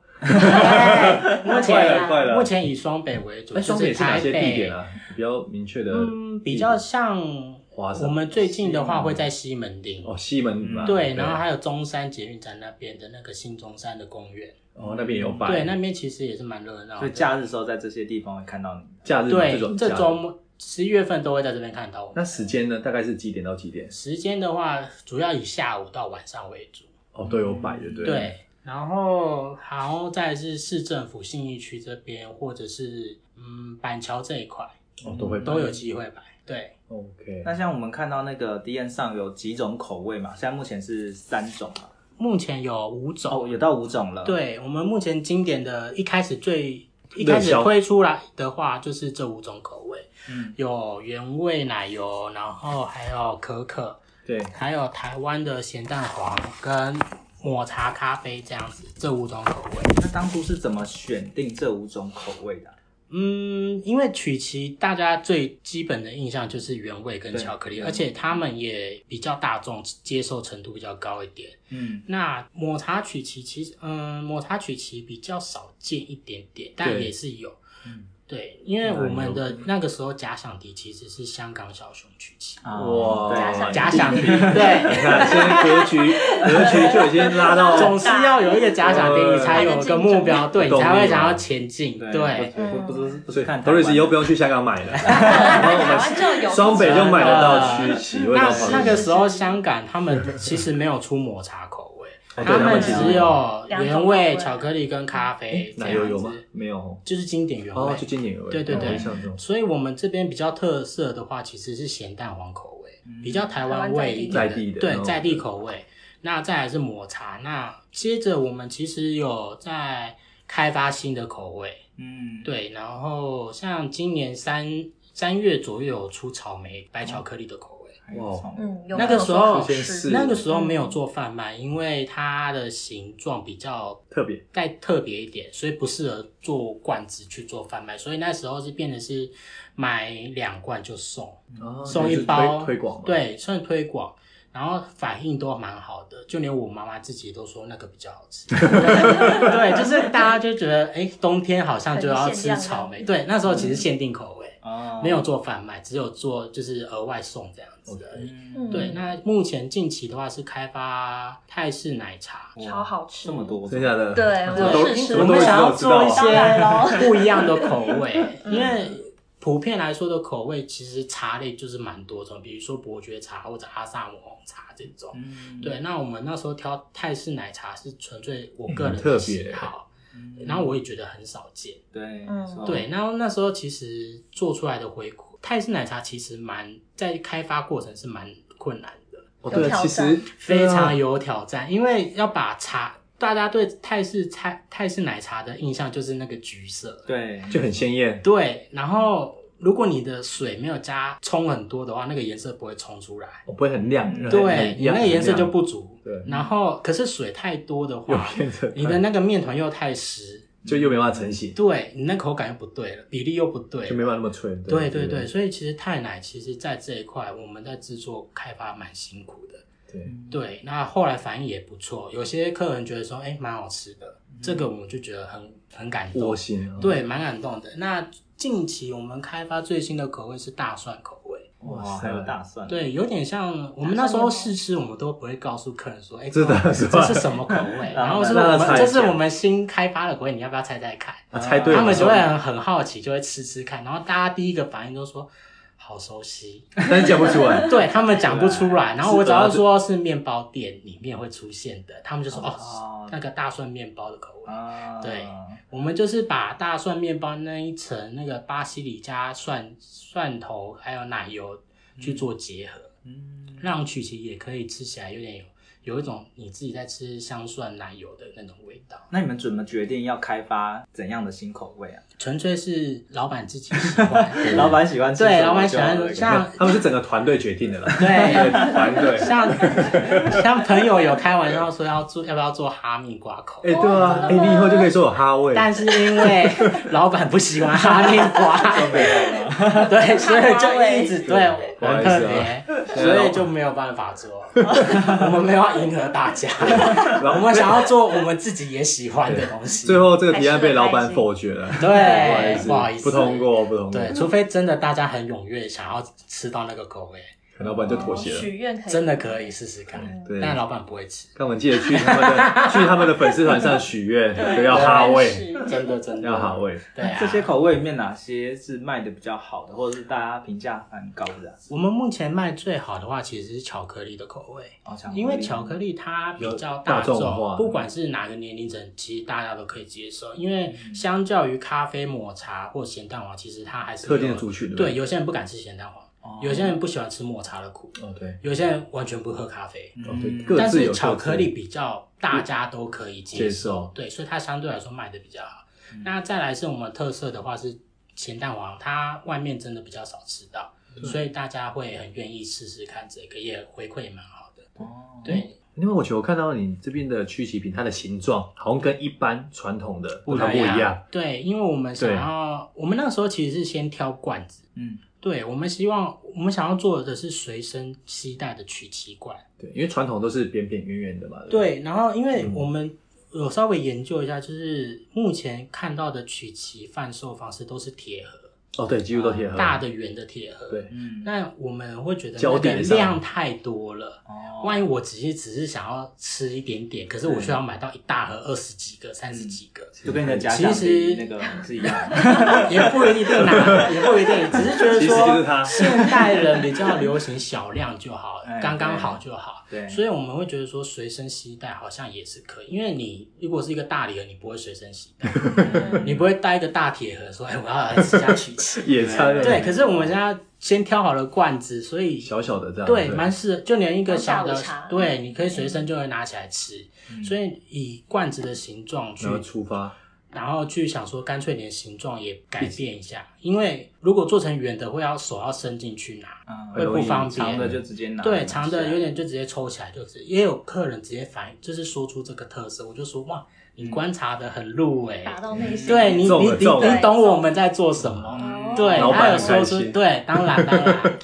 [SPEAKER 2] 快
[SPEAKER 3] 啊
[SPEAKER 4] 目
[SPEAKER 2] 了快
[SPEAKER 4] 前
[SPEAKER 2] 了
[SPEAKER 4] 目前以双北为主，
[SPEAKER 2] 那双北
[SPEAKER 4] 就是
[SPEAKER 2] 哪
[SPEAKER 4] 哎台
[SPEAKER 2] 些
[SPEAKER 4] 北
[SPEAKER 2] 地点啊？比较明确的地点，
[SPEAKER 4] 嗯，比较像
[SPEAKER 2] 华山
[SPEAKER 4] 我们最近的话会在西门町
[SPEAKER 2] 哦，西门
[SPEAKER 1] 啊
[SPEAKER 2] 嘛，
[SPEAKER 4] 嗯对，然后还有中山捷运站那边的那个新中山的公园，
[SPEAKER 2] 哦那边也有摆，
[SPEAKER 4] 嗯对，那边其实也是蛮热闹
[SPEAKER 1] 所
[SPEAKER 4] 的。
[SPEAKER 1] 以假日的时候在这些地方会看到你。
[SPEAKER 2] 假日这种
[SPEAKER 4] 对，这
[SPEAKER 2] 假日
[SPEAKER 4] 周末十一月份都会在这边看到我们。
[SPEAKER 2] 那时间呢？大概是几点到几点？
[SPEAKER 4] 时间的话，主要以下午到晚上为主。
[SPEAKER 2] 哦，都有摆的，对
[SPEAKER 4] 对，
[SPEAKER 2] 不，
[SPEAKER 4] 然后然后再来是市政府信义区这边，或者是嗯板桥这一块，
[SPEAKER 2] 哦都会摆
[SPEAKER 4] 都有机会摆。对，
[SPEAKER 2] OK，
[SPEAKER 1] 那像我们看到那个 D N 上有几种口味嘛？现在目前是三种嘛？
[SPEAKER 4] 目前有五种。
[SPEAKER 1] 哦，有到五种了。，
[SPEAKER 4] 对我们目前经典的一开始最一
[SPEAKER 2] 热
[SPEAKER 4] 开始
[SPEAKER 2] 销
[SPEAKER 4] 推出来的话，就是这五种口味，
[SPEAKER 1] 嗯，
[SPEAKER 4] 有原味奶油，然后还有可可，
[SPEAKER 2] 对
[SPEAKER 4] 还有台湾的咸蛋黄跟抹茶咖啡这样子，这五种口味。
[SPEAKER 1] 那当初是怎么选定这五种口味的啊？
[SPEAKER 4] 嗯，因为曲奇大家最基本的印象就是原味跟巧克力，
[SPEAKER 1] 对
[SPEAKER 4] 而且他们也比较大众，接受程度比较高一点。
[SPEAKER 1] 嗯，
[SPEAKER 4] 那抹茶曲奇其实，嗯，抹茶曲奇比较少见一点点，但
[SPEAKER 2] 对
[SPEAKER 4] 也是有。
[SPEAKER 1] 嗯
[SPEAKER 4] 对，因为我们的那个时候假想敌其实是香港小熊曲奇，
[SPEAKER 1] 哦
[SPEAKER 2] 哇
[SPEAKER 1] 对
[SPEAKER 2] 假想
[SPEAKER 4] 假想敌
[SPEAKER 2] 嗯
[SPEAKER 4] 对，
[SPEAKER 2] 你看，现在格 局格局就已经拉到
[SPEAKER 4] 总是要有一个假想敌，
[SPEAKER 2] 呃
[SPEAKER 4] 你才有个目标，对，你
[SPEAKER 2] 动力嘛
[SPEAKER 4] 才会想要前进，
[SPEAKER 1] 对
[SPEAKER 4] 对，
[SPEAKER 1] 不不不是不
[SPEAKER 2] 所
[SPEAKER 1] 是
[SPEAKER 2] 以
[SPEAKER 1] 看台湾
[SPEAKER 2] Doris 以后不用去香港买了， 然后
[SPEAKER 5] 台
[SPEAKER 2] 我们
[SPEAKER 5] 湾就有
[SPEAKER 2] 双北就买得到
[SPEAKER 4] 真
[SPEAKER 2] 曲
[SPEAKER 4] 的
[SPEAKER 2] 奇味
[SPEAKER 4] 那
[SPEAKER 2] 道好
[SPEAKER 4] 那个时候香港他们其实没有出抹茶口味，
[SPEAKER 2] 哦对
[SPEAKER 4] 他
[SPEAKER 2] 他
[SPEAKER 4] 们
[SPEAKER 2] 们其
[SPEAKER 4] 只
[SPEAKER 2] 实
[SPEAKER 4] 有
[SPEAKER 5] 两种口
[SPEAKER 4] 原味、
[SPEAKER 5] 味
[SPEAKER 4] 巧克力跟咖啡这
[SPEAKER 2] 奶油有
[SPEAKER 4] 样
[SPEAKER 2] 吗
[SPEAKER 4] 子，？
[SPEAKER 2] 没有哦，
[SPEAKER 4] 就是经典原味
[SPEAKER 2] 哦，。就经典有味，
[SPEAKER 4] 对对对
[SPEAKER 2] 哦我想这种
[SPEAKER 4] 所以我们这边比较特色的话，其实是咸蛋黄口味，比较台湾味一点
[SPEAKER 2] 台湾在地的
[SPEAKER 4] 对
[SPEAKER 2] 嗯
[SPEAKER 4] 在地口味。那再来是抹茶，那接着我们其实有在开发新的口味，
[SPEAKER 1] 嗯，
[SPEAKER 4] 对，然后像今年三三月左右有出草莓白巧克力的口味。
[SPEAKER 1] 还有
[SPEAKER 2] 哇
[SPEAKER 1] 什么
[SPEAKER 5] 嗯，有
[SPEAKER 4] 那个时候
[SPEAKER 5] 好吃
[SPEAKER 2] 先试是
[SPEAKER 4] 那个时候
[SPEAKER 3] 嗯
[SPEAKER 4] 没有做贩卖，因为它的形状比较
[SPEAKER 2] 特别
[SPEAKER 4] 再特别一点，所以不适合做罐子去做贩卖，所以那时候是变成是买两罐就送，
[SPEAKER 2] 哦
[SPEAKER 4] 嗯送
[SPEAKER 2] 就
[SPEAKER 4] 一
[SPEAKER 2] 是推
[SPEAKER 4] 包
[SPEAKER 2] 推广嘛，
[SPEAKER 4] 对，算推广，然后反应都蛮好的，就连我妈妈自己都说那个比较好 吃。对，就是大家就觉得，哎、冬天好像就要吃草莓。对，那时候其实限定口味，
[SPEAKER 1] 哦
[SPEAKER 4] 没有做贩卖，只有做就是额外送这样子而已。
[SPEAKER 1] 嗯
[SPEAKER 4] 对，那目前近期的话是开发泰式奶茶，
[SPEAKER 1] 哇
[SPEAKER 5] 超好吃
[SPEAKER 1] 这么多
[SPEAKER 2] 剩下的
[SPEAKER 5] 对
[SPEAKER 2] 怎么
[SPEAKER 5] 我
[SPEAKER 2] 都
[SPEAKER 5] 试试
[SPEAKER 2] 怎么
[SPEAKER 4] 我
[SPEAKER 2] 都
[SPEAKER 4] 们
[SPEAKER 2] 知
[SPEAKER 4] 想要
[SPEAKER 2] 道知道
[SPEAKER 4] 做一
[SPEAKER 5] 当然
[SPEAKER 2] 啊
[SPEAKER 5] 嗯咯
[SPEAKER 4] 些不一样的口 味，因为普遍来说的口味其实茶类就是蛮多种，比如说伯爵茶或者阿萨姆红茶这种。
[SPEAKER 1] 嗯
[SPEAKER 4] 对，那我们那时候挑泰式奶茶是纯粹我个人
[SPEAKER 2] 嗯特
[SPEAKER 4] 的
[SPEAKER 2] 别
[SPEAKER 4] 喜好，然后我也觉得很少见。
[SPEAKER 1] 对
[SPEAKER 5] 嗯
[SPEAKER 1] 是吧
[SPEAKER 4] 对，然后那时候其实做出来的回馈，泰式奶茶其实蛮在开发过程是蛮困难的，
[SPEAKER 2] 哦对
[SPEAKER 5] 有
[SPEAKER 2] 啊，
[SPEAKER 5] 挑
[SPEAKER 2] 其实
[SPEAKER 5] 战
[SPEAKER 4] 非
[SPEAKER 2] 对啊
[SPEAKER 4] 常有挑战，因为要把茶，大家对泰式菜泰式奶茶的印象就是那个橘色，
[SPEAKER 1] 对
[SPEAKER 2] 就很鲜艳，
[SPEAKER 4] 对，然后如果你的水没有加冲很多的话，那个颜色不会冲出来，
[SPEAKER 2] 哦不会很亮，很
[SPEAKER 4] 对，你那个颜色就不足，
[SPEAKER 2] 对
[SPEAKER 4] 然后可是水太多的
[SPEAKER 2] 又
[SPEAKER 4] 话，
[SPEAKER 2] 变成
[SPEAKER 4] 你的那个面团又太实，
[SPEAKER 2] 嗯就又没办法成型，
[SPEAKER 4] 对你那口感又不对了，比例又不对，
[SPEAKER 2] 就没办法那么脆，
[SPEAKER 4] 对对对，所以其实太奶其实在这一块，我们在制作开发蛮辛苦的。
[SPEAKER 2] 对，
[SPEAKER 4] 对，那后来反应也不错，有些客人觉得说，哎，蛮好吃的，
[SPEAKER 2] 嗯
[SPEAKER 4] 这个我们就觉得很很感
[SPEAKER 2] 窝
[SPEAKER 4] 动，
[SPEAKER 2] 心啊，
[SPEAKER 4] 对，蛮感动的。那近期我们开发最新的口味是大蒜口味，
[SPEAKER 1] 哇
[SPEAKER 2] 哇塞
[SPEAKER 1] 还有大蒜
[SPEAKER 4] 对，有点像我们那时候试吃，我们都不会告诉客人说，哎，
[SPEAKER 2] 知道
[SPEAKER 4] 这
[SPEAKER 2] 是
[SPEAKER 4] 这
[SPEAKER 2] 吧
[SPEAKER 4] 是什么口 味，
[SPEAKER 1] 然
[SPEAKER 4] 然
[SPEAKER 1] 后
[SPEAKER 4] 后是
[SPEAKER 2] 让他
[SPEAKER 4] 我们
[SPEAKER 2] 猜一
[SPEAKER 4] 这是
[SPEAKER 2] 下
[SPEAKER 4] 我们新开发的口味，你要不要猜猜看？
[SPEAKER 2] 啊猜对了，
[SPEAKER 4] 他们就会很很好奇，就会吃吃看，然后大家第一个反应都说好熟悉，
[SPEAKER 2] 但是讲不出来。
[SPEAKER 4] 对他们讲不出来。
[SPEAKER 1] 啊
[SPEAKER 4] 然后我只
[SPEAKER 2] 是
[SPEAKER 4] 要
[SPEAKER 2] 的
[SPEAKER 4] 说是面包店里面会出现的，他们就说
[SPEAKER 1] 哦
[SPEAKER 4] 哦，那个大蒜面包的口味。
[SPEAKER 1] 啊，
[SPEAKER 4] 对嗯我们就是把大蒜面包那一层那个巴西里加蒜蒜头还有奶油去做结合，
[SPEAKER 1] 嗯，
[SPEAKER 4] 让曲奇也可以吃起来有点有有一种你自己在吃香蒜奶油的那种味道。
[SPEAKER 1] 那你们怎么决定要开发怎样的新口味啊？，
[SPEAKER 4] 纯粹是老板自己喜 欢
[SPEAKER 1] 老板喜欢吃
[SPEAKER 4] 对
[SPEAKER 1] 什么
[SPEAKER 4] 老板喜
[SPEAKER 1] 就要
[SPEAKER 4] 欢
[SPEAKER 1] 那个
[SPEAKER 4] 像
[SPEAKER 2] 他们是整个团队决定的啦，对，
[SPEAKER 4] 对
[SPEAKER 2] 团队。
[SPEAKER 4] 像像 朋友有开玩笑说要做要不要做哈密瓜口
[SPEAKER 2] 哎、，对啊，哎、你以后就可以说有哈味，
[SPEAKER 4] 哦但是因为 老板不喜欢哈密瓜，对，所以就一直对
[SPEAKER 2] 不好意
[SPEAKER 4] 很
[SPEAKER 2] 思啊
[SPEAKER 4] 特别，所以就没有办法做。我们没有要迎合大 家，我们想要做我们自己也喜欢的东西。
[SPEAKER 2] 最后这个提案被老板否决了，
[SPEAKER 4] 对，
[SPEAKER 2] 不
[SPEAKER 4] 不
[SPEAKER 2] 好
[SPEAKER 4] 好
[SPEAKER 2] 意
[SPEAKER 4] 意
[SPEAKER 2] 思，
[SPEAKER 4] 思，
[SPEAKER 2] 不通。过，不通过，
[SPEAKER 4] 对，除非真的大家很踊跃，想要吃到那个口味，
[SPEAKER 2] 可能老板就妥协了。
[SPEAKER 3] 许愿可以，
[SPEAKER 4] 真的可以试试看。
[SPEAKER 2] 对，
[SPEAKER 4] 但老板不会吃，
[SPEAKER 2] 看我们记得去他们的去他们的粉丝团上许愿， 都要哈味，
[SPEAKER 4] 真的真的
[SPEAKER 2] 要哈。味。
[SPEAKER 4] 对啊，
[SPEAKER 1] 这些口味里面哪些是卖的比较好的，或者是大家评价蛮高的啊？
[SPEAKER 4] 我们目前卖最好的话，其实是巧克力的口味。
[SPEAKER 1] 哦巧克力
[SPEAKER 4] 因为巧克力它比
[SPEAKER 2] 有
[SPEAKER 4] 较
[SPEAKER 2] 大
[SPEAKER 4] 大
[SPEAKER 2] 众
[SPEAKER 4] 众
[SPEAKER 2] 化，
[SPEAKER 4] 不管是哪个年龄层，其实大家都可以接受。因为
[SPEAKER 2] 嗯
[SPEAKER 4] 相较于咖啡、抹茶或咸蛋黄，其实它还是
[SPEAKER 2] 特定的
[SPEAKER 4] 有
[SPEAKER 2] 族群对不对
[SPEAKER 4] 对，有些人不敢吃咸蛋黄，
[SPEAKER 1] 哦
[SPEAKER 4] 有些人不喜欢吃抹茶的苦，
[SPEAKER 2] 哦，对，
[SPEAKER 4] 有些人完全不喝咖啡。
[SPEAKER 2] 哦对，
[SPEAKER 1] 嗯
[SPEAKER 2] 各
[SPEAKER 4] 但
[SPEAKER 2] 自有
[SPEAKER 4] 是
[SPEAKER 2] 各自嗯
[SPEAKER 4] 巧克力比较大家都可以接
[SPEAKER 2] 接受嗯
[SPEAKER 4] 对，所以它相对来说卖的比较好。那再来是我们特色的话是咸蛋黄，它外面真的比较少吃到，
[SPEAKER 2] 嗯
[SPEAKER 4] 所以大家会很愿意试试看这个，也回馈也蛮好的。
[SPEAKER 1] 哦
[SPEAKER 4] 对，
[SPEAKER 2] 因为我觉得我看到你这边的曲奇饼，它的形状好像跟一般传统的
[SPEAKER 1] 不
[SPEAKER 2] 它
[SPEAKER 1] 太
[SPEAKER 2] 不一样，。
[SPEAKER 4] 对，因为我们想
[SPEAKER 2] 对
[SPEAKER 4] 要，我们那时候其实是先挑罐子，
[SPEAKER 1] 嗯，
[SPEAKER 4] 对我们希望我们想要做的是随身携带的曲奇罐。
[SPEAKER 2] 对，因为传统都是扁扁圆圆的嘛。不，
[SPEAKER 4] 对，然后因为我
[SPEAKER 2] 嗯
[SPEAKER 4] 们有稍微研究一下，就是目前看到的曲奇贩售方式都是铁盒，
[SPEAKER 2] 哦，对，几乎都贴合
[SPEAKER 4] 大的圆的铁盒。
[SPEAKER 2] 对，
[SPEAKER 1] 嗯，
[SPEAKER 4] 那我们会觉得
[SPEAKER 2] 焦
[SPEAKER 4] 那个
[SPEAKER 2] 点上
[SPEAKER 4] 量太多了。
[SPEAKER 1] 哦
[SPEAKER 4] 万一我只是只是想要吃一点点，可是我却要买到一大盒二十几个、三十几个，
[SPEAKER 1] 就跟你的假
[SPEAKER 4] 其
[SPEAKER 1] 想
[SPEAKER 4] 实
[SPEAKER 1] 敌那个 是一样的，
[SPEAKER 4] 也不一定啦，也不一定，只是觉得
[SPEAKER 2] 其实就是
[SPEAKER 4] 说
[SPEAKER 2] 它。
[SPEAKER 4] 现代人比较流行小量就好
[SPEAKER 1] 哎，
[SPEAKER 4] 刚刚好就好。
[SPEAKER 1] 对
[SPEAKER 4] 所以我们会觉得说随身携带好像也是可以，因为你如果是一个大礼盒，你不会随身携带，
[SPEAKER 3] 嗯
[SPEAKER 1] 嗯
[SPEAKER 4] 你不会带一个大铁盒说，哎，我 要来吃下曲奇
[SPEAKER 2] 野餐的
[SPEAKER 4] 对，可是我们现在先挑好了罐子，所以
[SPEAKER 2] 小小的这样，
[SPEAKER 4] 对，蛮适合，就连一个小
[SPEAKER 3] 当
[SPEAKER 4] 的
[SPEAKER 3] 下午茶，
[SPEAKER 4] 对，你可以随身就会拿起来吃。
[SPEAKER 1] 嗯
[SPEAKER 4] 所以以罐子的形状去
[SPEAKER 2] 然后出发，啊
[SPEAKER 4] 然后去想说，干脆连形状也改变一下，因为如果做成圆的，会要手要伸进去拿，
[SPEAKER 1] 嗯
[SPEAKER 4] 会不方
[SPEAKER 1] 长的
[SPEAKER 4] 便。
[SPEAKER 1] 就直接拿，
[SPEAKER 4] 对，长的有点就直接抽起来，就是也有客人直接反映，就是说出这个特色，我就说哇，你观察的很入哎、
[SPEAKER 3] 嗯打到内心。
[SPEAKER 4] 对你你
[SPEAKER 2] 中
[SPEAKER 4] 你
[SPEAKER 2] 了中了嗯
[SPEAKER 4] 你懂我们在做什么。
[SPEAKER 3] 哦
[SPEAKER 4] 对，
[SPEAKER 2] 老
[SPEAKER 4] 他
[SPEAKER 2] 板
[SPEAKER 4] 有
[SPEAKER 2] 很开
[SPEAKER 4] 说
[SPEAKER 2] 心
[SPEAKER 4] 出对，当然当然，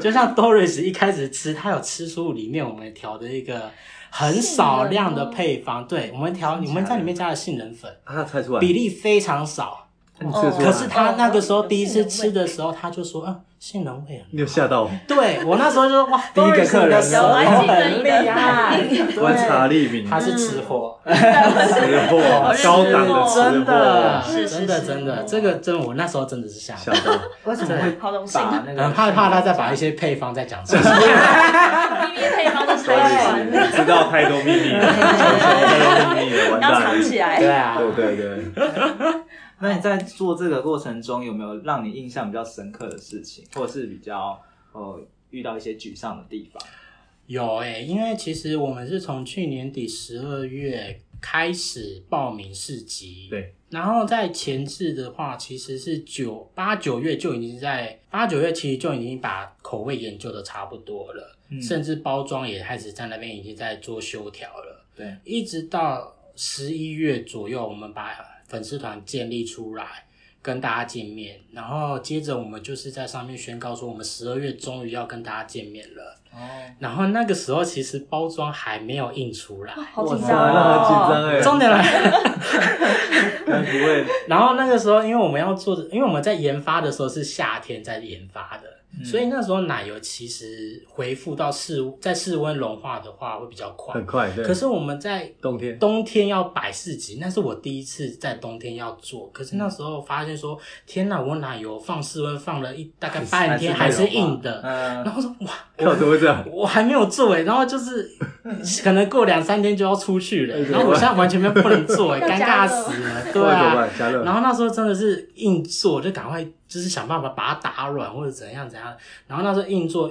[SPEAKER 4] 就像 Doris 一开始吃，他有吃出里面我们调的一个很少量的配方，对我们调，我们在里面加了杏仁粉，
[SPEAKER 2] 啊他猜出来，
[SPEAKER 4] 比例非常少，
[SPEAKER 2] 那你吃得出来
[SPEAKER 4] 可是他那个时候第一次吃的时候，他就说：“啊，杏仁味很。
[SPEAKER 2] 你有吓到我，”
[SPEAKER 4] 对我那时候就说：“哇，
[SPEAKER 1] 第一个客人
[SPEAKER 4] 你的舌头很厉害，
[SPEAKER 2] 观察力敏，
[SPEAKER 4] 他是吃货，
[SPEAKER 2] 吃货，高档的吃货，
[SPEAKER 4] 真的，
[SPEAKER 3] 是是
[SPEAKER 4] 真的真的，这个真的我那时候真的是吓
[SPEAKER 2] 吓
[SPEAKER 4] 到，
[SPEAKER 2] 到。
[SPEAKER 1] 为什么会
[SPEAKER 3] 好荣幸
[SPEAKER 1] 把
[SPEAKER 3] 啊！
[SPEAKER 1] 那个
[SPEAKER 4] 很害怕他再把一些配方再讲出来。
[SPEAKER 3] 明明可以帮 他拆
[SPEAKER 2] 对，
[SPEAKER 3] 完，
[SPEAKER 2] 你知道太多秘 密了，太多秘密了，完
[SPEAKER 3] 要
[SPEAKER 2] 蛋
[SPEAKER 3] 藏
[SPEAKER 2] 了。
[SPEAKER 3] 起来。
[SPEAKER 4] 对啊，
[SPEAKER 2] 对对对，
[SPEAKER 1] 那你在做这个过程中，有没有让你印象比较深刻的事情，或者是比较呃遇到一些沮丧的地方？
[SPEAKER 4] 有诶、因为其实我们是从去年底十二月开始报名市集，
[SPEAKER 2] 对，
[SPEAKER 4] 然后在前置的话，其实是九八九月就已经在八九月，其实就已经把口味研究的差不多了，甚至包装也开始在那边已经在做修条了，
[SPEAKER 1] 对，
[SPEAKER 4] 一直到十一月左右，我们把粉丝团建立出来。跟大家见面，然后接着我们就是在上面宣告说，我们十二月终于要跟大家见面了。
[SPEAKER 1] 哦，
[SPEAKER 4] 然后那个时候其实包装还没有印出来，
[SPEAKER 3] 好紧
[SPEAKER 2] 哇
[SPEAKER 3] 张
[SPEAKER 2] 那很紧
[SPEAKER 3] 哦！
[SPEAKER 2] 张哎，
[SPEAKER 4] 重点来。
[SPEAKER 2] 该不会
[SPEAKER 4] 然后那个时候，因为我们要做的，因为我们在研发的时候是夏天在研发的，所以那时候奶油其实回复到室在室温融化的话会比较快
[SPEAKER 2] 很，快，对。
[SPEAKER 4] 可是我们在
[SPEAKER 2] 冬天
[SPEAKER 4] 冬天要摆市集，那是我第一次在冬天要做。可是那时候发现说，天哪，我奶油放室温放了一大概半天还
[SPEAKER 1] 还是
[SPEAKER 4] 是
[SPEAKER 1] 没融化
[SPEAKER 4] 硬的，
[SPEAKER 1] 嗯、
[SPEAKER 4] 然后说哇，
[SPEAKER 2] 靠，怎么会这样？
[SPEAKER 4] 我还没有做哎，然后就是可能过两三天就要出去了，
[SPEAKER 2] 哎
[SPEAKER 4] 然后我现在完全没有不能做哎，
[SPEAKER 3] 要
[SPEAKER 4] 尴
[SPEAKER 3] 加
[SPEAKER 4] 尬
[SPEAKER 3] 热
[SPEAKER 4] 死了，
[SPEAKER 2] 不然怎
[SPEAKER 4] 对
[SPEAKER 2] 么
[SPEAKER 4] 啊。
[SPEAKER 2] 办？加热
[SPEAKER 4] 然后那时候真的是硬做，就赶快就是想办法把它打软或者怎样怎样。然后那时候硬做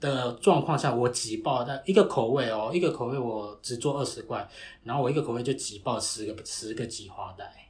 [SPEAKER 4] 的状况下，我挤爆但一个口味哦，一个口味我只做二十块，然后我一个口味就挤爆十个十个挤花袋。
[SPEAKER 3] 哦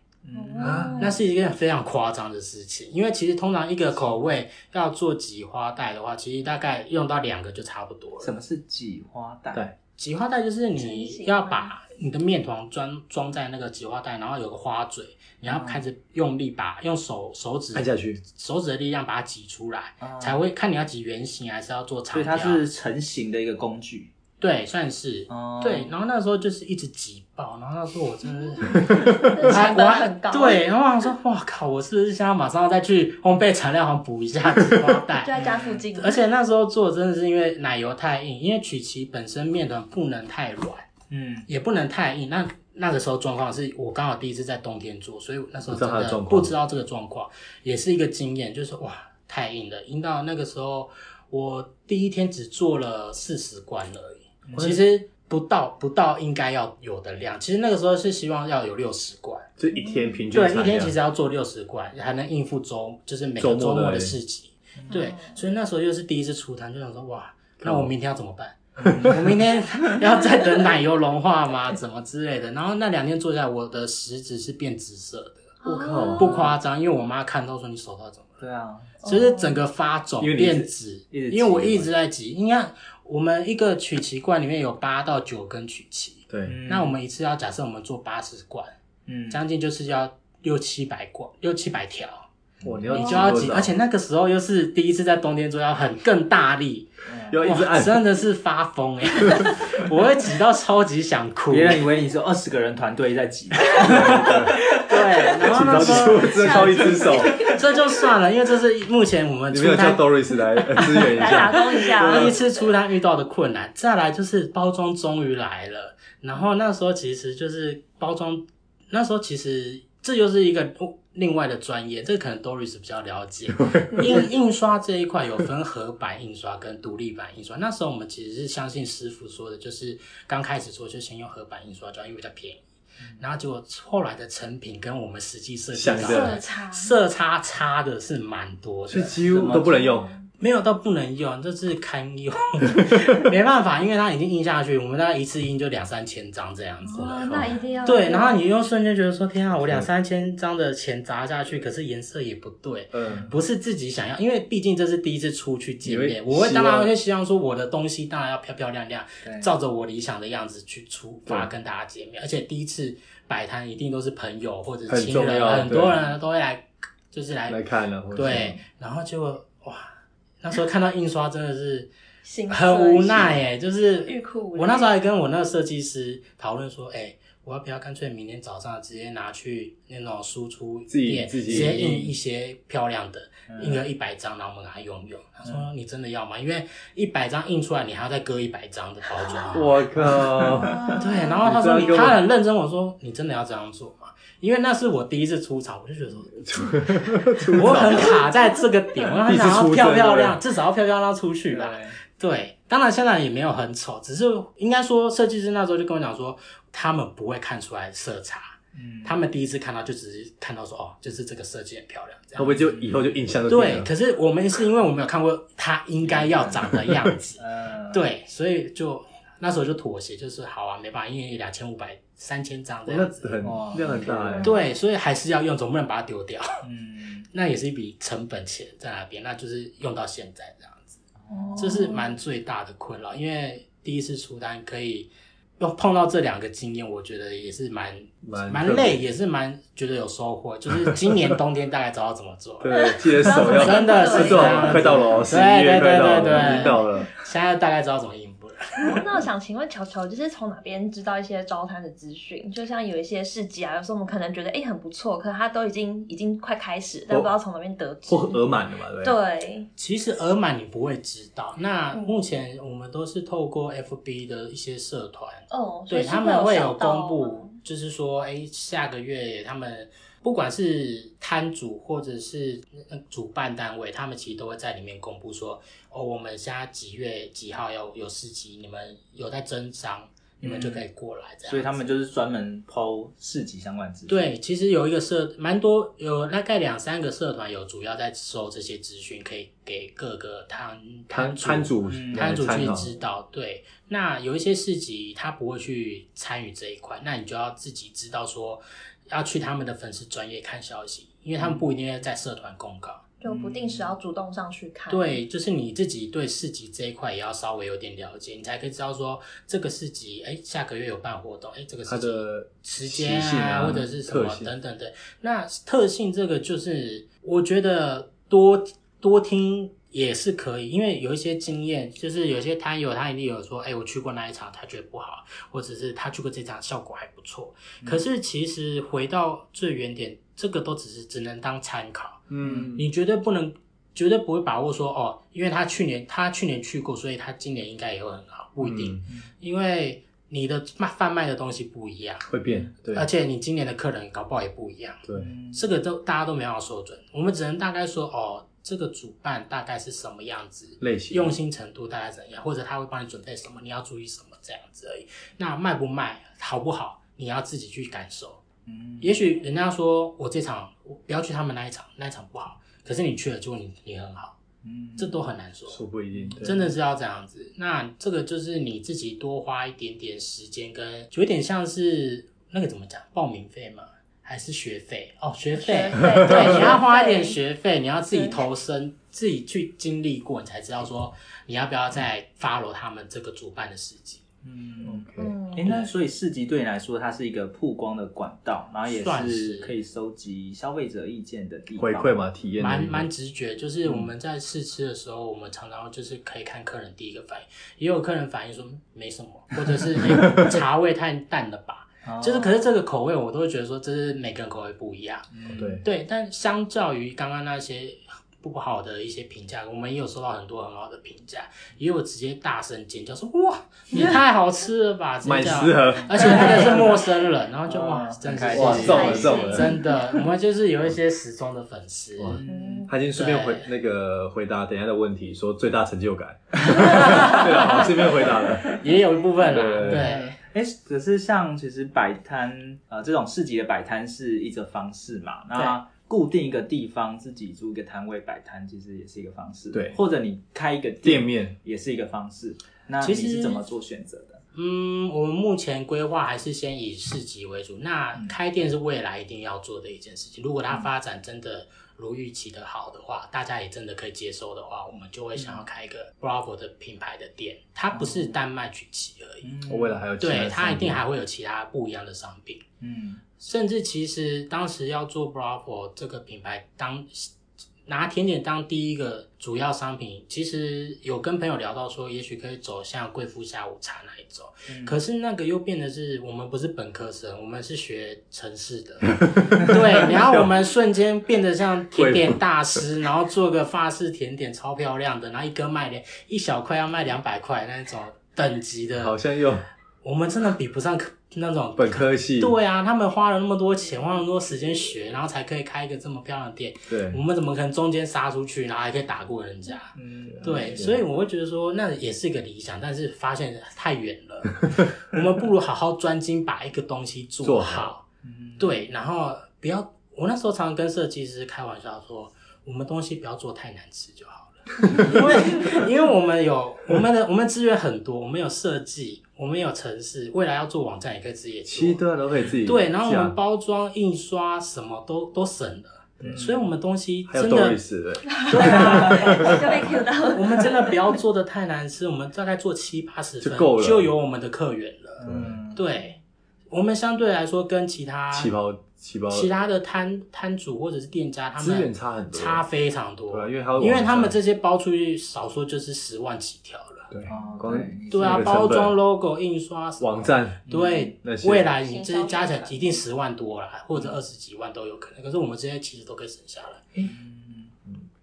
[SPEAKER 1] 嗯
[SPEAKER 2] 啊
[SPEAKER 4] 那是一件非常夸张的事情，因为其实通常一个口味要做挤花袋的话，其实大概用到两个就差不多
[SPEAKER 1] 什
[SPEAKER 4] 了。
[SPEAKER 1] 么是挤花袋？
[SPEAKER 2] 对
[SPEAKER 4] 挤花袋就是
[SPEAKER 3] 成
[SPEAKER 4] 你
[SPEAKER 3] 型
[SPEAKER 4] 要
[SPEAKER 3] 吗
[SPEAKER 4] 把你的面团装装在那个挤花袋，然后有个花嘴，你要开始用力把用手手指
[SPEAKER 2] 按下去，
[SPEAKER 4] 手指的力量把它挤出来，
[SPEAKER 1] 啊
[SPEAKER 4] 才会看你要挤圆形还是要做长
[SPEAKER 1] 所以
[SPEAKER 4] 条。
[SPEAKER 1] 它是成型的一个工具。
[SPEAKER 4] 对，算是、
[SPEAKER 1] 哦
[SPEAKER 4] 对。然后那时候就是一直挤爆，然后那时候我真 的是。
[SPEAKER 3] 这
[SPEAKER 4] 还
[SPEAKER 3] 成
[SPEAKER 4] 我
[SPEAKER 3] 本
[SPEAKER 4] 还
[SPEAKER 3] 很高，
[SPEAKER 1] 欸
[SPEAKER 4] 对，然后我想说，哇靠，我是不是现在马上要再去烘焙材料行补一下纸包
[SPEAKER 3] 就
[SPEAKER 4] 袋？
[SPEAKER 1] 啊
[SPEAKER 3] 在家附近，
[SPEAKER 4] 而且那时候做真的是因为奶油太硬，因为曲奇本身面团不能太软，
[SPEAKER 1] 嗯，
[SPEAKER 4] 也不能太硬。那那个时候状况是我刚好第一次在冬天做，所以那时候
[SPEAKER 2] 不知道
[SPEAKER 4] 真
[SPEAKER 2] 它的
[SPEAKER 4] 的
[SPEAKER 2] 状况
[SPEAKER 4] 不知道这个状况，也是一个经验，就是哇太硬了，硬到那个时候我第一天只做了四十罐而已，
[SPEAKER 2] 嗯
[SPEAKER 4] 其实不到不到应该要有的量。其实那个时候是希望要有六十罐。
[SPEAKER 2] 就一天平均
[SPEAKER 4] 对，
[SPEAKER 2] 产
[SPEAKER 4] 一天
[SPEAKER 2] 量
[SPEAKER 4] 其实要做六十罐，还能应付周，就是每
[SPEAKER 2] 周
[SPEAKER 4] 个
[SPEAKER 2] 末
[SPEAKER 4] 周末
[SPEAKER 2] 的
[SPEAKER 4] 的市集。对，所以那时候又是第一次出摊，就想说哇，那
[SPEAKER 2] 嗯
[SPEAKER 4] 我明天要怎么办？ 我明天要再等奶油融化吗？怎么之类的？然后那两天做下来，我的食指是变紫色的，
[SPEAKER 3] 哦
[SPEAKER 2] 我靠
[SPEAKER 4] 不夸张，因为我妈看到说你手到怎么了，
[SPEAKER 1] 对啊，
[SPEAKER 4] 就是整个发肿
[SPEAKER 2] 因为你
[SPEAKER 4] 变紫，
[SPEAKER 1] 一直
[SPEAKER 4] 因为我
[SPEAKER 1] 挤
[SPEAKER 4] 一直在挤。你看，我们一个曲奇罐里面有八到九根曲奇，
[SPEAKER 2] 对，
[SPEAKER 4] 那我们一次要假设我们做八十罐，
[SPEAKER 1] 嗯
[SPEAKER 4] 将近就是要六七百罐，六七百条，
[SPEAKER 2] 哇，你要
[SPEAKER 4] 你
[SPEAKER 2] 挤
[SPEAKER 4] 就要
[SPEAKER 2] 哦多
[SPEAKER 4] 挤，
[SPEAKER 2] 少
[SPEAKER 4] 而且那个时候又是第一次在冬天做，要很更大力，
[SPEAKER 2] 要一直
[SPEAKER 4] 哇，
[SPEAKER 2] 按，
[SPEAKER 4] 真的是发疯哎、 我会挤到超级想哭，
[SPEAKER 1] 别人
[SPEAKER 4] 对，
[SPEAKER 1] 以为你是二十个人团队在 挤，
[SPEAKER 4] 然后
[SPEAKER 2] 挤
[SPEAKER 4] 那
[SPEAKER 2] 到
[SPEAKER 4] 时
[SPEAKER 2] 出
[SPEAKER 4] 候
[SPEAKER 2] 只靠一只手，
[SPEAKER 4] 这就算了，因为这是目前我们
[SPEAKER 2] 你没有
[SPEAKER 4] 出
[SPEAKER 2] 叫
[SPEAKER 4] 摊
[SPEAKER 2] Doris 来呃 支援一
[SPEAKER 3] 来
[SPEAKER 2] 下，
[SPEAKER 3] 打工一 下，哦
[SPEAKER 4] 第一次出摊遇到的困难，再来就是包装终于来了，然后那时候其实就是包装，那时候其实这就是一个另外的专业，这可能 Doris 比较了 解。印印刷这一块有分合版印刷跟独立版印刷，那时候我们其实是相信师傅说的，就是刚开始做就先用合版印刷就因为比较便宜。
[SPEAKER 2] 嗯
[SPEAKER 4] 然后结果后来的成品跟我们实际设计
[SPEAKER 2] 想
[SPEAKER 4] 到
[SPEAKER 2] 的
[SPEAKER 4] 的
[SPEAKER 3] 色差
[SPEAKER 4] 色差差的是蛮多的，
[SPEAKER 2] 所以几乎都不能用，
[SPEAKER 4] 没有到不能用，这是堪 用，没办法，因为它已经印下去，我们大概一次印就两三千张这样子。
[SPEAKER 3] 哇，那一定要
[SPEAKER 4] 对，然后你又瞬间觉得说，天啊，我两三千张的钱砸下去，可是颜色也不对，
[SPEAKER 2] 嗯，
[SPEAKER 4] 不是自己想要，因为毕竟这是第一次出去见面，
[SPEAKER 2] 你会
[SPEAKER 4] 我会
[SPEAKER 2] 希
[SPEAKER 4] 当然
[SPEAKER 2] 望
[SPEAKER 4] 会希望说我的东西当然要漂漂亮亮
[SPEAKER 1] 对，
[SPEAKER 4] 照着我理想的样子去出发
[SPEAKER 2] 对
[SPEAKER 4] 跟大家见面，而且第一次摆摊一定都是朋友或者
[SPEAKER 2] 很
[SPEAKER 4] 亲
[SPEAKER 2] 重要
[SPEAKER 4] 人，很
[SPEAKER 2] 对
[SPEAKER 4] 多人都会来，就是来
[SPEAKER 2] 嗯来看了，或者
[SPEAKER 4] 对，然后结果哇，那时候看到印刷真的是
[SPEAKER 3] 形色
[SPEAKER 4] 很无奈哎、就是
[SPEAKER 3] 欲哭无泪
[SPEAKER 4] 我那时候还跟我那个设计师讨论说，哎、我要不要干脆明天早上直接拿去那种输出
[SPEAKER 2] 自己
[SPEAKER 4] 店，
[SPEAKER 2] 自
[SPEAKER 4] 直
[SPEAKER 2] 己嗯
[SPEAKER 4] 接
[SPEAKER 2] 印
[SPEAKER 4] 印一些漂亮的，印个一百张，然后我们拿来用用。他说
[SPEAKER 2] 嗯
[SPEAKER 4] 你真的要吗？因为一百张印出来，你还要再割一百张的包装。啊
[SPEAKER 2] 我靠，
[SPEAKER 3] 啊
[SPEAKER 4] 对，然后他说
[SPEAKER 2] 你
[SPEAKER 4] 你
[SPEAKER 2] 这样跟，我
[SPEAKER 4] 他很认真，我说你真的要这样做吗？因为那是我第一次出场，我就觉得说， 我很卡在这个点，我很想要漂漂亮，至少要漂漂亮出去吧。对，当然现在也没有很丑，只是应该说设计师那时候就跟我讲说，他们不会看出来色差，
[SPEAKER 1] 嗯
[SPEAKER 4] 他们第一次看到就只是看到说哦，就是这个设计很漂亮这
[SPEAKER 2] 会不
[SPEAKER 4] 样。
[SPEAKER 2] 会就以后就印象都变
[SPEAKER 4] 对，
[SPEAKER 2] 了？
[SPEAKER 4] 可是我们是因为我们有看过他应该要长的样 子，
[SPEAKER 1] 嗯，
[SPEAKER 4] 对，所以就那时候就妥协，就是好啊，没办法，因为两千五百、三千张这
[SPEAKER 2] 哇那
[SPEAKER 4] 样子，
[SPEAKER 2] 很
[SPEAKER 1] 哇
[SPEAKER 2] 量很大哎，
[SPEAKER 4] 对，所以还是要用，总不能把它丢掉，
[SPEAKER 1] 嗯，
[SPEAKER 4] 那也是一笔成本钱在那边，那就是用到现在这样子，
[SPEAKER 3] 哦
[SPEAKER 4] 这是蛮最大的困扰，因为第一次出单可以。又碰到这两个经验，我觉得也是蛮
[SPEAKER 2] 蛮，
[SPEAKER 4] 蛮累，也是蛮觉得有收获。就是今年冬天大概知道怎么做
[SPEAKER 2] 对，记得手
[SPEAKER 3] 不
[SPEAKER 2] 要
[SPEAKER 3] 要
[SPEAKER 4] 真的是
[SPEAKER 2] 快到
[SPEAKER 4] 这样
[SPEAKER 2] 了，
[SPEAKER 4] 子
[SPEAKER 2] 快到了哦，十一
[SPEAKER 4] 对
[SPEAKER 2] 月
[SPEAKER 4] 对
[SPEAKER 2] 快到
[SPEAKER 4] 对
[SPEAKER 2] 了，
[SPEAKER 4] 对
[SPEAKER 2] 已经到
[SPEAKER 4] 对，
[SPEAKER 2] 了，
[SPEAKER 4] 现在大概知道怎么应付了。
[SPEAKER 3] 那我想请问球球，就是从哪边知道一些招摊的资讯？就像有一些市集啊，有时候我们可能觉得哎、诶很不错，可它都已经已经快开始，但
[SPEAKER 2] 我
[SPEAKER 3] 不知道从哪边得知
[SPEAKER 2] 或。额满了嘛，对不对？
[SPEAKER 3] 对，
[SPEAKER 4] 其实额满你不会知道。那目前我们都是透过 FB 的一些社团，
[SPEAKER 3] 哦，所
[SPEAKER 4] 对
[SPEAKER 3] 以是
[SPEAKER 4] 他们会有
[SPEAKER 3] 小道
[SPEAKER 4] 公
[SPEAKER 3] 吗
[SPEAKER 4] 布，就是说，哎、下个月他们不管是摊主或者是呃主办单位，他们其实都会在里面公布说，哦，我们现在几月几号要有市集，你们有在增商，你们就可以过来这样子。
[SPEAKER 1] 所以他们就是专门抛市集相关资讯。，
[SPEAKER 4] 对，其实有一个社，蛮多有大概两三个社团有主要在收这些资讯，可以给各个摊
[SPEAKER 2] 摊
[SPEAKER 4] 主
[SPEAKER 2] 摊主
[SPEAKER 1] 嗯
[SPEAKER 2] 来
[SPEAKER 4] 摊主
[SPEAKER 2] 参
[SPEAKER 4] 去
[SPEAKER 2] 考
[SPEAKER 4] 知道。对，那有一些市集他不会去参与这一块，那你就要自己知道说要去他们的粉丝专业看消息，因为他们不一定会在社团公告。
[SPEAKER 3] 就不定时要主动上去看。，
[SPEAKER 4] 嗯对，就是你自己对市集这一块也要稍微有点了解，你才可以知道说这个市集，哎，下个月有办活动，哎，这个市
[SPEAKER 2] 它
[SPEAKER 4] 集
[SPEAKER 2] 的
[SPEAKER 4] 时间
[SPEAKER 2] 习性啊
[SPEAKER 4] 或者是什么
[SPEAKER 2] 特性
[SPEAKER 4] 等等的。那特性这个就是，我觉得多多听也是可以，因为有一些经验，就是有些摊友他一定有说，哎、我去过那一场，他觉得不好，或者是他去过这场效果还不错。
[SPEAKER 2] 嗯
[SPEAKER 4] 可是其实回到最原点，这个都只是只能当参考，
[SPEAKER 2] 嗯，
[SPEAKER 4] 你绝对不能。绝对不会把握说哦，因为他去年他去年去过，所以他今年应该也会很好，不一定，
[SPEAKER 2] 嗯
[SPEAKER 4] 因为你的卖贩卖的东西不一样，
[SPEAKER 2] 会变，对
[SPEAKER 4] 而且你今年的客人搞不好也不一样，
[SPEAKER 2] 对，
[SPEAKER 1] 嗯
[SPEAKER 4] 这个都大家都没办法说准，我们只能大概说哦，这个主办大概是什么样子，
[SPEAKER 2] 类型
[SPEAKER 4] 用心程度大概怎样，或者他会帮你准备什么，你要注意什么这样子而已。那卖不卖，好不好，你要自己去感受。
[SPEAKER 1] 嗯
[SPEAKER 4] 也许人家说我这场我不要去他们那一场，那一场不好，可是你去了，结果你你很好，
[SPEAKER 1] 嗯
[SPEAKER 4] 这都很难说。
[SPEAKER 2] 说不一定，对
[SPEAKER 4] 真的是要这样子。那这个就是你自己多花一点点时间，跟有点像是那个怎么讲，报名费吗？还是学费？哦，学费
[SPEAKER 3] 学。费
[SPEAKER 4] 对，你要花一点。
[SPEAKER 3] 学费
[SPEAKER 4] 学 费，你要自己投身，自己去经历过，你才知道说你要不要再 follow 他们这个主办的事情。
[SPEAKER 1] 嗯。
[SPEAKER 2] ，OK，
[SPEAKER 1] 哎、
[SPEAKER 3] 嗯，
[SPEAKER 1] 那所以市集对你来说，它是一个曝光的管道，然后也
[SPEAKER 4] 算
[SPEAKER 1] 是
[SPEAKER 4] 是
[SPEAKER 1] 可以收集消费者意见的地方
[SPEAKER 2] 回馈？嘛，体验的
[SPEAKER 4] 蛮
[SPEAKER 2] 一个
[SPEAKER 4] 蛮直觉，就是我们在试吃的时候，我们常常就是可以看客人第一个反应，也有客人反映说嗯没什么，或者是、诶茶味太淡了吧，
[SPEAKER 1] 哦
[SPEAKER 4] 就是，可是这个口味，我都会觉得说，这是每个人口味不一样。
[SPEAKER 1] 嗯，
[SPEAKER 2] 对，
[SPEAKER 4] 对，但相较于刚刚那些不好的一些评价，我们也有收到很多很好的评价，也有直接大声尖叫说：“哇，你也太好吃了吧！”直接
[SPEAKER 2] 蛮
[SPEAKER 4] 这样
[SPEAKER 2] 适 合，
[SPEAKER 4] 而且那个是陌生人，然后就
[SPEAKER 1] 哦
[SPEAKER 4] 哇，
[SPEAKER 1] 很
[SPEAKER 4] 真的
[SPEAKER 1] 开
[SPEAKER 4] 是
[SPEAKER 1] 心
[SPEAKER 2] 哇，中
[SPEAKER 3] 太
[SPEAKER 2] 了
[SPEAKER 3] 细
[SPEAKER 2] 中了，
[SPEAKER 4] 真的，我们就是有一些时钟的粉丝，
[SPEAKER 2] 哇
[SPEAKER 1] 嗯
[SPEAKER 2] 他已经顺便回
[SPEAKER 4] 对
[SPEAKER 2] 那个回答等一下的问题，说最大成就 感。对了，好，顺便回答了。
[SPEAKER 4] 也有一部分
[SPEAKER 2] 对
[SPEAKER 4] 啦，对。
[SPEAKER 1] 哎、可是像其实摆摊，呃，这种市集的摆摊是一个方式嘛，那固定一个地方自己租一个摊位摆摊，其实也是一个方式，
[SPEAKER 2] 对
[SPEAKER 1] 或者你开一个
[SPEAKER 2] 店面
[SPEAKER 1] 也是一个方式。那
[SPEAKER 4] 其
[SPEAKER 1] 你
[SPEAKER 4] 实
[SPEAKER 1] 是怎么做选择的？
[SPEAKER 4] 嗯，我们目前规划还是先以市集为主。那开店是未来一定要做的一件事情。如果它发展真的如预期的好的话，大家也真的可以接受的话，我们就会想要开一个 Bravo 的品牌的店。它不是单卖曲奇而已，
[SPEAKER 1] 嗯
[SPEAKER 2] 我未来还有其他
[SPEAKER 4] 对，
[SPEAKER 2] 的
[SPEAKER 4] 它
[SPEAKER 2] 啊商
[SPEAKER 4] 一定
[SPEAKER 2] 品
[SPEAKER 4] 还会有其他不一样的商品。
[SPEAKER 1] 嗯
[SPEAKER 4] 甚至其实当时要做 Bravo 这个品牌当拿甜点当第一个主要商品，其实有跟朋友聊到说，也许可以走向贵妇下午茶那一种。
[SPEAKER 1] 嗯
[SPEAKER 4] 可是那个又变得是我们不是本科生，我们是学城 市的， 对，然后我们瞬间变得像甜点大师，然后做个法式甜点超漂亮的，然后一个卖两一小块要卖两百块那种等级
[SPEAKER 2] 好
[SPEAKER 4] 的，
[SPEAKER 2] 像又
[SPEAKER 4] 我们真的比不上科那种
[SPEAKER 2] 本科系，
[SPEAKER 4] 对啊，他们花了那么多钱，花了那么多时间学，然后才可以开一个这么漂亮的店。
[SPEAKER 2] 对
[SPEAKER 4] 我们怎么可能中间杀出去，然后还可以打过人家？
[SPEAKER 1] 嗯，
[SPEAKER 4] 对，所以我会觉得说，那也是一个理想，但是发现太远 了。我们不如好好专精，把一个东西
[SPEAKER 2] 做
[SPEAKER 4] 做
[SPEAKER 2] 好
[SPEAKER 4] 好。对，然后不要，我那时候常常跟设计师开玩笑说，我们东西不要做太难吃就好了，因为因为我们有我们的我们资源很多，我们有设计，我们有城市，未来要做网站也可以自己
[SPEAKER 2] 其实
[SPEAKER 4] 做。
[SPEAKER 2] 对啊都可以自己
[SPEAKER 4] 对，然后我
[SPEAKER 2] 架
[SPEAKER 4] 们包装、印刷什么都都省了，所以我们东西
[SPEAKER 2] 还有
[SPEAKER 4] 真
[SPEAKER 2] d o r
[SPEAKER 4] 的
[SPEAKER 2] 对，
[SPEAKER 4] 对啊。
[SPEAKER 3] 就被 Q 到。
[SPEAKER 4] 我们真的不要做的太难吃，我们大概做七八十分
[SPEAKER 2] 就够了
[SPEAKER 4] 就有我们的客源了。
[SPEAKER 1] 嗯，
[SPEAKER 4] 对，我们相对来说跟其他
[SPEAKER 2] 旗袍旗袍
[SPEAKER 4] 啊其他的摊摊主或者是店家，他
[SPEAKER 2] 资源
[SPEAKER 4] 们
[SPEAKER 2] 差很多，
[SPEAKER 4] 差非常多。
[SPEAKER 2] 对啊因为他会
[SPEAKER 4] 因为
[SPEAKER 2] 往
[SPEAKER 4] 他们
[SPEAKER 2] 上
[SPEAKER 4] 这些包出去，少说就是十万起跳了。
[SPEAKER 2] 对，
[SPEAKER 1] 哦，
[SPEAKER 2] 光
[SPEAKER 1] 对，你
[SPEAKER 4] 对
[SPEAKER 1] 是
[SPEAKER 4] 啊，
[SPEAKER 2] 那个成
[SPEAKER 4] 包
[SPEAKER 2] 本
[SPEAKER 4] 装、logo、印刷什么
[SPEAKER 2] 网站
[SPEAKER 4] 对
[SPEAKER 2] 那，些
[SPEAKER 4] 未来你
[SPEAKER 3] 行
[SPEAKER 4] 这
[SPEAKER 3] 销
[SPEAKER 4] 加起来
[SPEAKER 3] 宣传
[SPEAKER 4] 一定十万多啦，或者二十几万都有可能。可是我们这些其实都可以省下来。
[SPEAKER 1] 嗯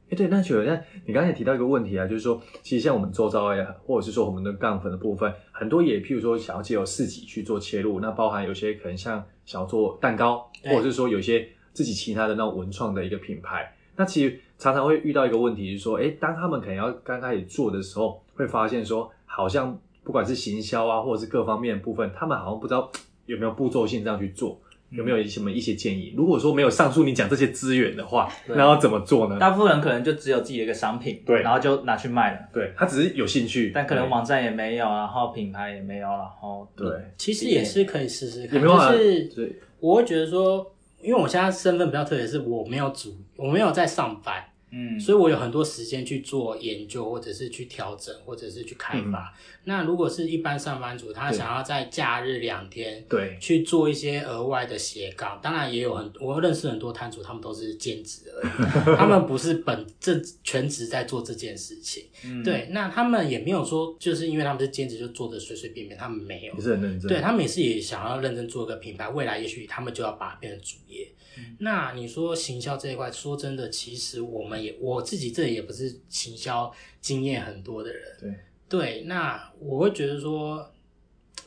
[SPEAKER 2] 哎，对，那雪儿，那你刚才也提到一个问题啊，就是说，其实像我们周遭呀，或者是说我们的杠粉的部分，很多也譬如说想要借由市集去做切入，那包含有些可能像想要做蛋糕，
[SPEAKER 4] 对
[SPEAKER 2] 或者是说有些自己其他的那种文创的一个品牌，那其实常常会遇到一个问题，就是说，哎，当他们可能要刚开始做的时候，会发现说，好像不管是行销啊，或者是各方面的部分，他们好像不知道有没有步骤性这样去做。有没
[SPEAKER 1] 嗯
[SPEAKER 2] 有一些什么一些建议？如果说没有上述你讲这些资源的话，
[SPEAKER 4] 对
[SPEAKER 2] 那要怎么做呢？
[SPEAKER 1] 大部分人可能就只有自己的一个商品，
[SPEAKER 2] 对
[SPEAKER 1] 然后就拿去卖了，
[SPEAKER 2] 对他只是有兴趣，
[SPEAKER 1] 但可能
[SPEAKER 2] 对
[SPEAKER 1] 网站也没有，然后品牌也没有，然后
[SPEAKER 2] 对
[SPEAKER 4] 其实也是可以试试
[SPEAKER 2] 也
[SPEAKER 4] 看，
[SPEAKER 2] 没办法，
[SPEAKER 4] 就是
[SPEAKER 2] 对
[SPEAKER 4] 我会觉得说，因为我现在身份比较特别，是我没有主，我没有在上班，
[SPEAKER 1] 嗯，
[SPEAKER 4] 所以我有很多时间去做研究，或者是去调整，或者是去开
[SPEAKER 1] 嗯
[SPEAKER 4] 发。那如果是一般上班族，他
[SPEAKER 2] 对
[SPEAKER 4] 想要在假日两天
[SPEAKER 2] 对
[SPEAKER 4] 去做一些额外的斜杠，当然也有很，我认识很多摊主，他们都是兼职 而已，他们不是本这全职在做这件事情。
[SPEAKER 1] 嗯，
[SPEAKER 4] 对，那他们也没有说，就是因为他们是兼职就做的随随便便，他们没有
[SPEAKER 2] 也。是很认真，
[SPEAKER 4] 对他们也是也想要认真做一个品牌，未来也许他们就要把它变成主业。
[SPEAKER 2] 嗯
[SPEAKER 4] 那你说行销这一块，说真的，其实我们也我自己这也不是行销经验很多的人。
[SPEAKER 2] 对
[SPEAKER 4] 对，那我会觉得说，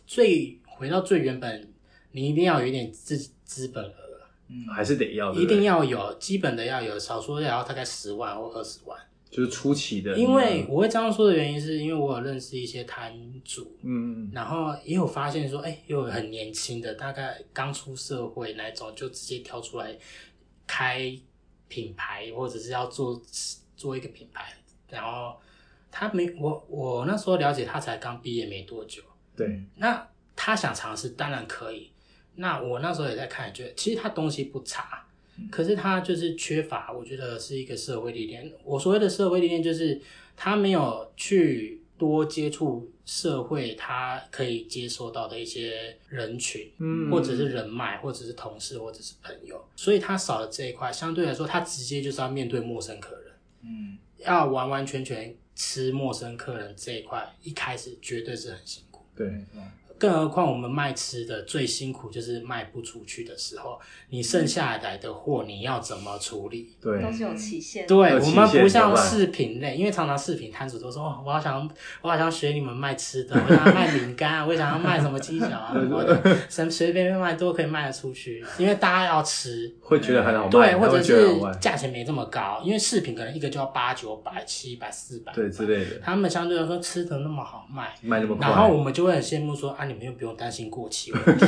[SPEAKER 4] 最回到最原本，你一定要有一点资资本额，
[SPEAKER 1] 嗯，
[SPEAKER 2] 还是得要，对
[SPEAKER 4] 一
[SPEAKER 2] 不哦对
[SPEAKER 4] 定要有基本的要有，少说也要大概十万或二十万。
[SPEAKER 2] 就是初期的，
[SPEAKER 4] 因为我会这样说的原因，是因为我有认识一些摊主，
[SPEAKER 2] 嗯，
[SPEAKER 4] 然后也有发现说，哎、也有很年轻的，大概刚出社会那种，就直接跳出来开品牌，或者是要做做一个品牌。然后他没我我那时候了解他才刚毕业没多久，
[SPEAKER 2] 对
[SPEAKER 4] 那他想尝试当然可以。那我那时候也在看，觉得其实他东西不差，可是他就是缺乏，我觉得是一个社会历练。我所谓的社会历练，就是他没有去多接触社会，他可以接受到的一些人群，
[SPEAKER 2] 嗯
[SPEAKER 4] 或者是人脉，或者是同事，或者是朋友，所以他少了这一块。相对来说，他直接就是要面对陌生客人。
[SPEAKER 1] 嗯，
[SPEAKER 4] 要完完全全吃陌生客人这一块，一开始绝对是很辛苦。
[SPEAKER 2] 对
[SPEAKER 1] 没错，
[SPEAKER 4] 更何况我们卖吃的最辛苦就是卖不出去的时候，你剩下来的货你要怎么处理？
[SPEAKER 2] 对
[SPEAKER 3] 都是有期限。
[SPEAKER 4] 对
[SPEAKER 2] 有
[SPEAKER 4] 我
[SPEAKER 2] 期限
[SPEAKER 4] 们不
[SPEAKER 2] 怎么
[SPEAKER 4] 像
[SPEAKER 2] 办
[SPEAKER 4] 饰品类，因为常常饰品摊 主都说，哦，我好想，我好想学你们卖吃的，我想要卖饼干啊，我想要卖什么鸡脚啊，什么的，什么随便便卖都可以卖得出去，因为大家要吃。
[SPEAKER 2] 会觉得很好卖，
[SPEAKER 4] 对，
[SPEAKER 2] 他
[SPEAKER 4] 或
[SPEAKER 2] 会
[SPEAKER 4] 者
[SPEAKER 2] 觉得
[SPEAKER 4] 是
[SPEAKER 2] 好卖
[SPEAKER 4] 价钱没这么高，因为饰品可能一个就要八九百、七百、四百，
[SPEAKER 2] 对之类的，
[SPEAKER 4] 他们相对来说吃的那么好卖，
[SPEAKER 2] 卖那么快，
[SPEAKER 4] 然后我们就会很羡慕说啊，你们又不用担心过期问题，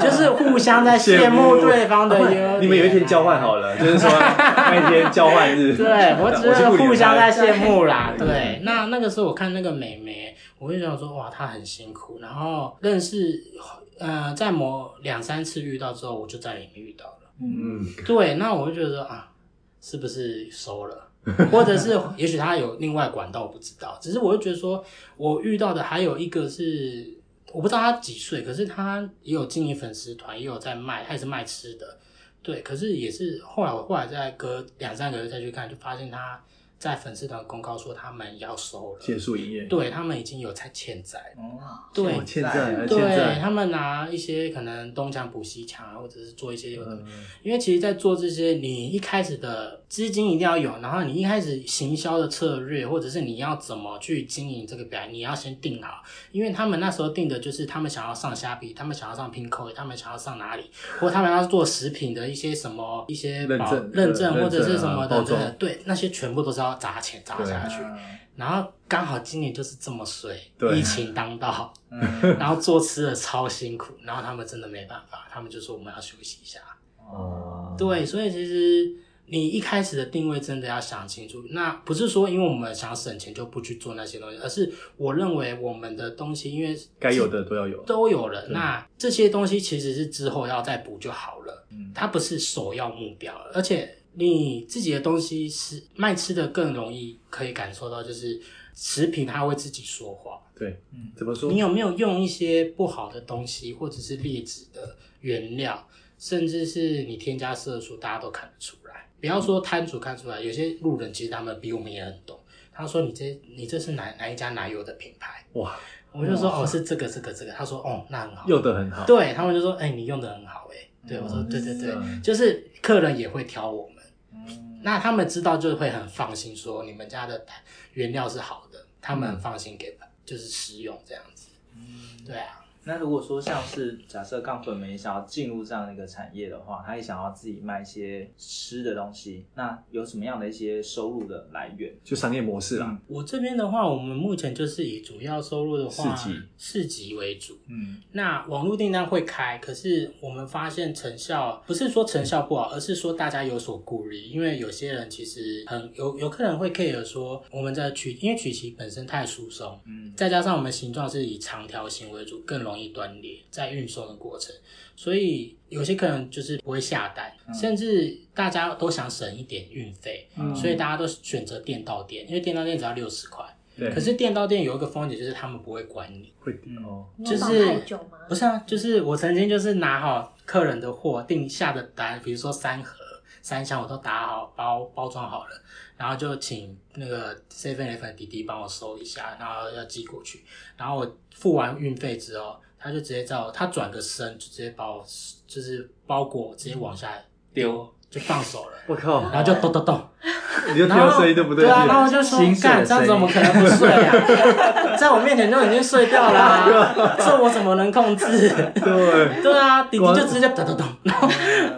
[SPEAKER 4] 就是互相在羡慕对方的优点。
[SPEAKER 2] 啊
[SPEAKER 4] 啊
[SPEAKER 2] 你们有一天交换好了，就是说那一天交换日，
[SPEAKER 4] 对我只
[SPEAKER 2] 去
[SPEAKER 4] 是
[SPEAKER 2] 不理
[SPEAKER 4] 互相
[SPEAKER 2] 他
[SPEAKER 4] 在羡慕啦。
[SPEAKER 2] 对
[SPEAKER 4] 对，那那个时候我看那个美眉，我就想说哇，她很辛苦。然后认识呃，在某两三次遇到之后，我就再也没遇到了。
[SPEAKER 2] 嗯，
[SPEAKER 4] 对，那我就觉得说啊，是不是收了？ 或者是也许他有另外管道，我不知道。只是我就觉得说，我遇到的还有一个是，我不知道他几岁，可是他也有经营粉丝团，也有在卖，他也是卖吃的。对，可是也是后来我后来再隔两三个月再去看，就发现他在粉丝团公告说他们要收了，
[SPEAKER 2] 结束营业，
[SPEAKER 4] 对他们已经有在欠债了。
[SPEAKER 1] 哦，
[SPEAKER 4] 对，
[SPEAKER 2] 哦欠债还欠
[SPEAKER 4] 对
[SPEAKER 2] 债，
[SPEAKER 4] 他们拿一些可能东墙补西墙啊，或者是做一些有的没的
[SPEAKER 2] 嗯
[SPEAKER 4] 因为其实，在做这些，你一开始的资金一定要有，然后你一开始行销的策略，或者是你要怎么去经营这个表演，你要先定好。因为他们那时候定的就是他们想要上虾皮，他们想要上 Pinko，他们想要上哪 里，或他们要做食品的一些什么一些
[SPEAKER 2] 认
[SPEAKER 4] 保
[SPEAKER 2] 证
[SPEAKER 4] 认证或者是什么
[SPEAKER 2] 认证啊包
[SPEAKER 4] 的，
[SPEAKER 2] 装
[SPEAKER 4] 对对，那些全部都是要砸钱砸下去。
[SPEAKER 1] 嗯
[SPEAKER 4] 然后刚好今年就是这么水，
[SPEAKER 2] 对
[SPEAKER 4] 疫情当道，
[SPEAKER 1] 嗯，
[SPEAKER 4] 然后做吃的超辛苦，然后他们真的没办法，他们就说我们要休息一下。
[SPEAKER 2] 哦，
[SPEAKER 4] 对，所以其实你一开始的定位真的要想清楚。那不是说因为我们想省钱就不去做那些东西，而是我认为我们的东西因为
[SPEAKER 2] 该有的都要有，
[SPEAKER 4] 都有了，那这些东西其实是之后要再补就好了，
[SPEAKER 1] 嗯
[SPEAKER 4] 它不是首要目标，而且。你自己的东西是卖吃的更容易可以感受到，就是食品它会自己说话，
[SPEAKER 2] 对
[SPEAKER 1] 嗯，
[SPEAKER 2] 怎么说
[SPEAKER 4] 你？有没有用一些不好的东西，或者是劣质的原料，甚至是你添加色素，大家都看得出来。不要说摊主看出来，有些路人其实他们比我们也很懂，他说你这你这是哪哪一家奶油的品牌？
[SPEAKER 2] 哇，
[SPEAKER 4] 我就说哦是这个这个这个，他说哦那很好，
[SPEAKER 2] 用的很好，
[SPEAKER 4] 对他们就说哎、你用的很好哎、对我说
[SPEAKER 2] 嗯
[SPEAKER 4] 对对对
[SPEAKER 2] 是啊，
[SPEAKER 4] 就是客人也会挑我们，
[SPEAKER 1] 嗯
[SPEAKER 4] 那他们知道就会很放心说你们家的原料是好的，他们很放心给就是食用这样子，对啊。
[SPEAKER 1] 那如果说像是假设杠粉们也想要进入这样的一个产业的话，他也想要自己卖一些吃的东西，那有什么样的一些收入的来源？
[SPEAKER 2] 就商业模式啦。
[SPEAKER 4] 我这边的话，我们目前就是以主要收入的话，
[SPEAKER 2] 市集
[SPEAKER 4] 市集为主。
[SPEAKER 1] 嗯，
[SPEAKER 4] 那网络订单会开，可是我们发现成效不是说成效不好，而是说大家有所顾虑，因为有些人其实很有有客人会 care 说我们的曲，因为曲奇本身太疏松，
[SPEAKER 1] 嗯
[SPEAKER 4] 再加上我们形状是以长条形为主，更容易断裂，在运送的过程，所以有些客人就是不会下单，甚至大家都想省一点运费，
[SPEAKER 1] 嗯
[SPEAKER 4] 所以大家都选择店到店，因为店到店只要六十块。
[SPEAKER 2] 对，
[SPEAKER 4] 可是店到店有一个风险，就是他们不会管你。
[SPEAKER 2] 会
[SPEAKER 1] 嗯
[SPEAKER 2] 哦，
[SPEAKER 3] 你
[SPEAKER 4] 就
[SPEAKER 3] 有
[SPEAKER 4] 是
[SPEAKER 3] 绑太久吗？
[SPEAKER 4] 不是啊，就是我曾经就是拿好客人的货，定下的单，比如说三盒、三箱，我都打好包包装好了，然后就请那个 seven eleven 的弟弟帮我收一下，然后要寄过去。然后我付完运费之后，他就直接叫我，他转个身就直接把我就是包裹直接往下丢，就放手了，
[SPEAKER 2] 我靠，
[SPEAKER 4] 然后就咚咚咚。
[SPEAKER 2] 你就听
[SPEAKER 4] 然
[SPEAKER 2] 到
[SPEAKER 4] 后
[SPEAKER 2] 声音对不
[SPEAKER 4] 对
[SPEAKER 2] 对
[SPEAKER 4] 啊，然后我就说
[SPEAKER 1] 心，碎的
[SPEAKER 4] 干，这
[SPEAKER 1] 声
[SPEAKER 4] 样怎么
[SPEAKER 1] 音
[SPEAKER 4] 可能不睡啊？在我面前就已经睡掉啦、 这我怎么能控制？
[SPEAKER 2] 对，
[SPEAKER 4] 对啊，弟弟就直接咚咚咚，然后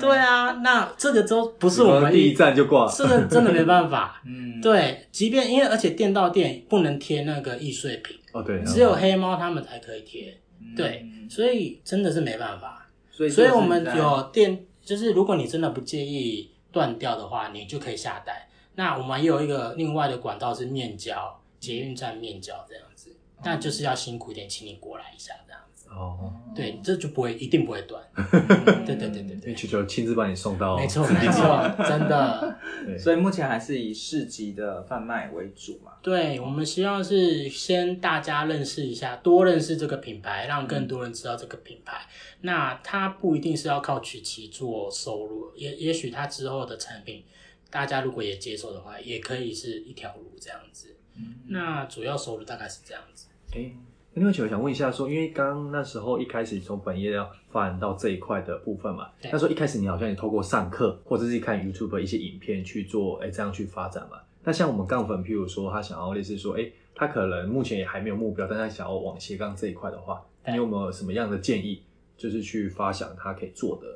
[SPEAKER 4] 对啊，那这个都不是我们
[SPEAKER 2] 第一，站就挂，
[SPEAKER 4] 这个真的没办法。
[SPEAKER 1] 嗯，
[SPEAKER 4] 对，即便因为而且店到店不能贴那个易碎品，
[SPEAKER 2] 哦对，
[SPEAKER 4] 只
[SPEAKER 1] 嗯
[SPEAKER 4] 有黑猫他们才可以贴，对，所以真的是没办法。
[SPEAKER 1] 所以
[SPEAKER 4] 所
[SPEAKER 1] 所
[SPEAKER 4] 以我们有店，就是如果你真的不介意断掉的话，你就可以下单。那我们也有一个另外的管道是面交，捷运站面交这样子，但就是要辛苦一点，请你过来一下这样子。
[SPEAKER 2] 哦，
[SPEAKER 4] 对，这就不会一定不会断。对对对对
[SPEAKER 2] 因为
[SPEAKER 4] 对，
[SPEAKER 2] 球球亲自把你送到，哦
[SPEAKER 4] 没错没错，真的。
[SPEAKER 2] 对，
[SPEAKER 1] 所以目前还是以市集的贩卖为主嘛。
[SPEAKER 4] 对我们希望是先大家认识一下，多认识这个品牌，让更多人知道这个品牌。那它不一定是要靠曲奇做收入，也也许它之后的产品，大家如果也接受的话，也可以是一条路这样子。
[SPEAKER 2] 嗯
[SPEAKER 4] 那主要收入大概是这样子。
[SPEAKER 2] 哎，那另外我想问一下说因为刚刚那时候一开始从本业要发展到这一块的部分嘛，
[SPEAKER 4] 对
[SPEAKER 2] 那时候一开始你好像也透过上课或者是看 YouTube 一些影片去做，哎，这样去发展嘛。那像我们杠粉，譬如说他想要类似说，哎，他可能目前也还没有目标，但他想要往斜杠这一块的话，
[SPEAKER 4] 对
[SPEAKER 2] 你有没有什么样的建议，就是去发想他可以做的？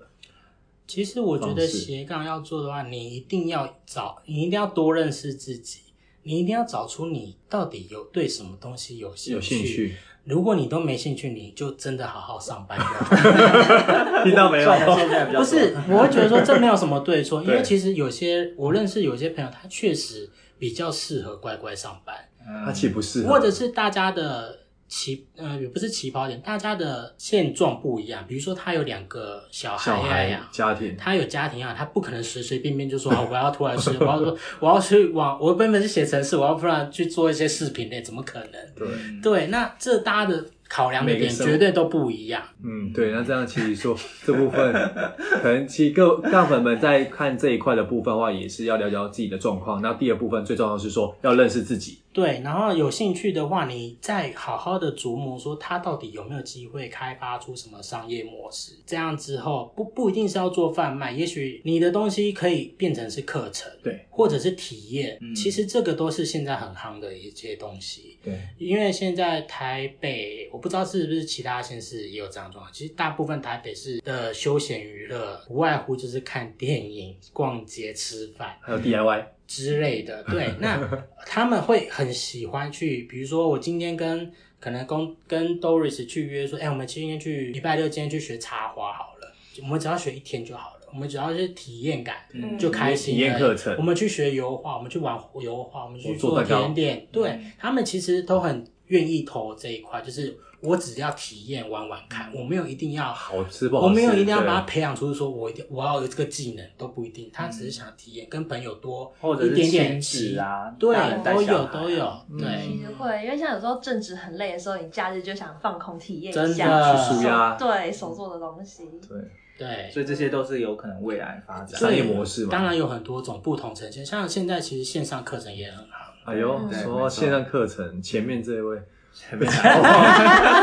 [SPEAKER 4] 其实我觉
[SPEAKER 2] 方
[SPEAKER 4] 得
[SPEAKER 2] 式
[SPEAKER 4] 斜杠要做的话，你一定要找，你一定要多认识自己，你一定要找出你到底有对什么东西有兴
[SPEAKER 2] 有兴趣？
[SPEAKER 4] 如果你都没兴趣，你就真的好好上 班就好。
[SPEAKER 2] 听到 没有？
[SPEAKER 1] 算一下现在比较
[SPEAKER 4] 不是，我会觉得说这没有什么对 错，因
[SPEAKER 2] 对
[SPEAKER 4] 为其实有些我认识有些朋友，他确实比较适合乖乖上班，
[SPEAKER 1] 嗯
[SPEAKER 2] 他岂不是？
[SPEAKER 4] 或者是大家的起呃也不是起跑点，大家的现状不一样。比如说他有两个小孩
[SPEAKER 2] 小
[SPEAKER 4] 呀
[SPEAKER 2] 孩
[SPEAKER 4] 呀、
[SPEAKER 2] 家庭？
[SPEAKER 4] 他有家庭啊，他不可能随随便便就说啊，我要突然是，我要说 我要去往，我本本是写程式，我要不然去做一些视频类，怎么可能？
[SPEAKER 2] 对，
[SPEAKER 4] 对，那这大家的考量的
[SPEAKER 2] 每个
[SPEAKER 4] 点
[SPEAKER 2] 生
[SPEAKER 4] 绝对都不一样。
[SPEAKER 2] 嗯，对，那这样其实说这部分，可能其实各杠粉们在看这一块的部分的话，也是要聊聊自己的状况。那第二部分最重要的是说要认识自己，
[SPEAKER 4] 对，然后有兴趣的话，你再好好的琢磨说它到底有没有机会开发出什么商业模式。这样之后，不不一定是要做贩卖，也许你的东西可以变成是课程，
[SPEAKER 2] 对，
[SPEAKER 4] 或者是体验。
[SPEAKER 1] 嗯
[SPEAKER 4] 其实这个都是现在很夯的一些东西。
[SPEAKER 2] 对，
[SPEAKER 4] 因为现在台北，我不知道是不是其他县市也有这样的状况。其实大部分台北市的休闲娱乐，不外乎就是看电影、逛街、吃饭。
[SPEAKER 2] 还有 DIY，
[SPEAKER 4] 之类的。 对，那他们会很喜欢去，比如说我今天跟可能跟跟 Doris 去约说，哎、我们今天去礼拜六今天去学插花好了，我们只要学一天就好了，我们只要是体验感。
[SPEAKER 1] 嗯
[SPEAKER 4] 就开心了
[SPEAKER 2] 体验课程
[SPEAKER 4] 我们去学油画，我们去玩油画，我们去
[SPEAKER 2] 我做
[SPEAKER 4] 做
[SPEAKER 2] 蛋糕
[SPEAKER 4] 甜点，对
[SPEAKER 1] 嗯
[SPEAKER 4] 他们其实都很愿意投这一块，就是我只要体验玩玩看，我没有一定要
[SPEAKER 2] 好吃不好吃？
[SPEAKER 4] 我没有一定要把它
[SPEAKER 2] 对
[SPEAKER 4] 培养出说，我一定我要有这个技能都不一定，他只是想体验跟朋友多
[SPEAKER 1] 嗯或者
[SPEAKER 4] 一
[SPEAKER 1] 是
[SPEAKER 4] 点
[SPEAKER 1] 亲
[SPEAKER 4] 点
[SPEAKER 1] 子啊
[SPEAKER 4] 对
[SPEAKER 1] 大人，带
[SPEAKER 4] 都
[SPEAKER 1] 小
[SPEAKER 4] 有
[SPEAKER 1] 孩啊嗯
[SPEAKER 4] 都有，对，
[SPEAKER 3] 其实会，因为像有时候正职很累的时候，你假日就想放空体验一
[SPEAKER 4] 真
[SPEAKER 3] 下
[SPEAKER 4] 的
[SPEAKER 2] 去舒压
[SPEAKER 3] 手对手做的东西。
[SPEAKER 2] 对，
[SPEAKER 4] 对，
[SPEAKER 1] 所以这些都是有可能未来发展。
[SPEAKER 2] 商业模式嘛
[SPEAKER 4] 当然有很多种不同呈现，像现在其实线上课程也很好，
[SPEAKER 2] 哎呦，
[SPEAKER 1] 对
[SPEAKER 2] 说
[SPEAKER 1] 没
[SPEAKER 2] 到
[SPEAKER 1] 错
[SPEAKER 2] 线上课程，前面这位
[SPEAKER 1] 前面 讲过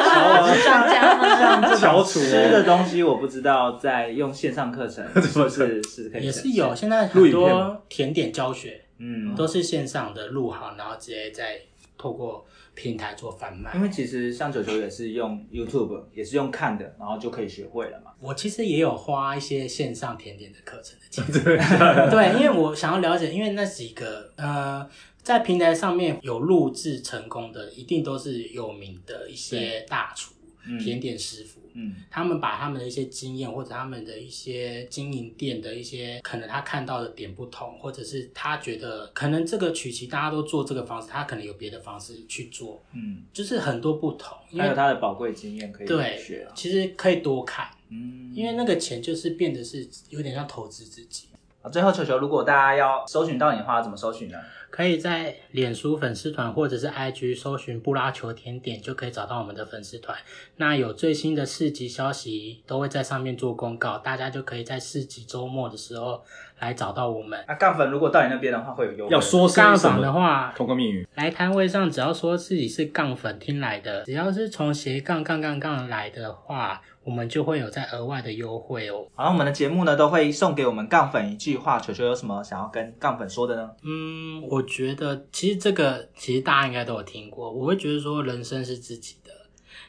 [SPEAKER 1] 像像这
[SPEAKER 2] 翘
[SPEAKER 1] 种
[SPEAKER 2] 楚
[SPEAKER 1] 吃的东西，我不知道在用线上课 程是不是是可以
[SPEAKER 4] 也
[SPEAKER 1] 呈
[SPEAKER 4] 是
[SPEAKER 1] 现
[SPEAKER 4] 有。现在
[SPEAKER 2] 录
[SPEAKER 4] 很
[SPEAKER 2] 影片
[SPEAKER 4] 多甜点教学
[SPEAKER 1] 嗯，
[SPEAKER 4] 都是线上的录好，然后直接再透过平台做贩卖
[SPEAKER 1] 因。为其实像九九也是用 YouTube，也是用看的，然后就可以学会了嘛。
[SPEAKER 4] 我其实也有花一些线上甜点的课程的钱，
[SPEAKER 1] 啊
[SPEAKER 4] 对，因为我想要了解，因为那几个呃，在平台上面有录制成功的，一定都是有名的一些大厨、
[SPEAKER 1] 嗯
[SPEAKER 4] 甜点师傅，
[SPEAKER 1] 嗯，
[SPEAKER 4] 他们把他们的一些经验或者他们的一些经营店的一些可能他看到的点不同，或者是他觉得可能这个曲奇大家都做这个方式，他可能有别的方式去做，
[SPEAKER 1] 嗯，
[SPEAKER 4] 就是很多不同，因
[SPEAKER 1] 还有
[SPEAKER 4] 为
[SPEAKER 1] 他的宝贵经验可以学
[SPEAKER 4] 对
[SPEAKER 1] 啊，。
[SPEAKER 4] 其实可以多看。
[SPEAKER 1] 嗯，
[SPEAKER 4] 因为那个钱就是变得是有点像投资自己，
[SPEAKER 1] 好最后球球，如果大家要搜寻到你的话，怎么搜寻呢？
[SPEAKER 4] 可以在脸书粉丝团或者是 IG 搜寻布拉球甜点，就可以找到我们的粉丝团。那有最新的市集消息，都会在上面做公告，大家就可以在市集周末的时候来找到我们。
[SPEAKER 1] 那啊杠粉如果到你那边的话，会有优惠吗
[SPEAKER 2] 要说上
[SPEAKER 4] 杠
[SPEAKER 2] 什
[SPEAKER 4] 粉
[SPEAKER 2] 么
[SPEAKER 4] 的话，
[SPEAKER 2] 通过密语，
[SPEAKER 4] 来摊位上只要说自己是杠粉听来的，只要是从斜杠杠杠杠来的话，我们就会有在额外的优惠哦。
[SPEAKER 1] 好，我们的节目呢都会送给我们杠粉一句话，球球有什么想要跟杠粉说的呢？
[SPEAKER 4] 嗯，我觉得其实这个其实大家应该都有听过，我会觉得说人生是自己的，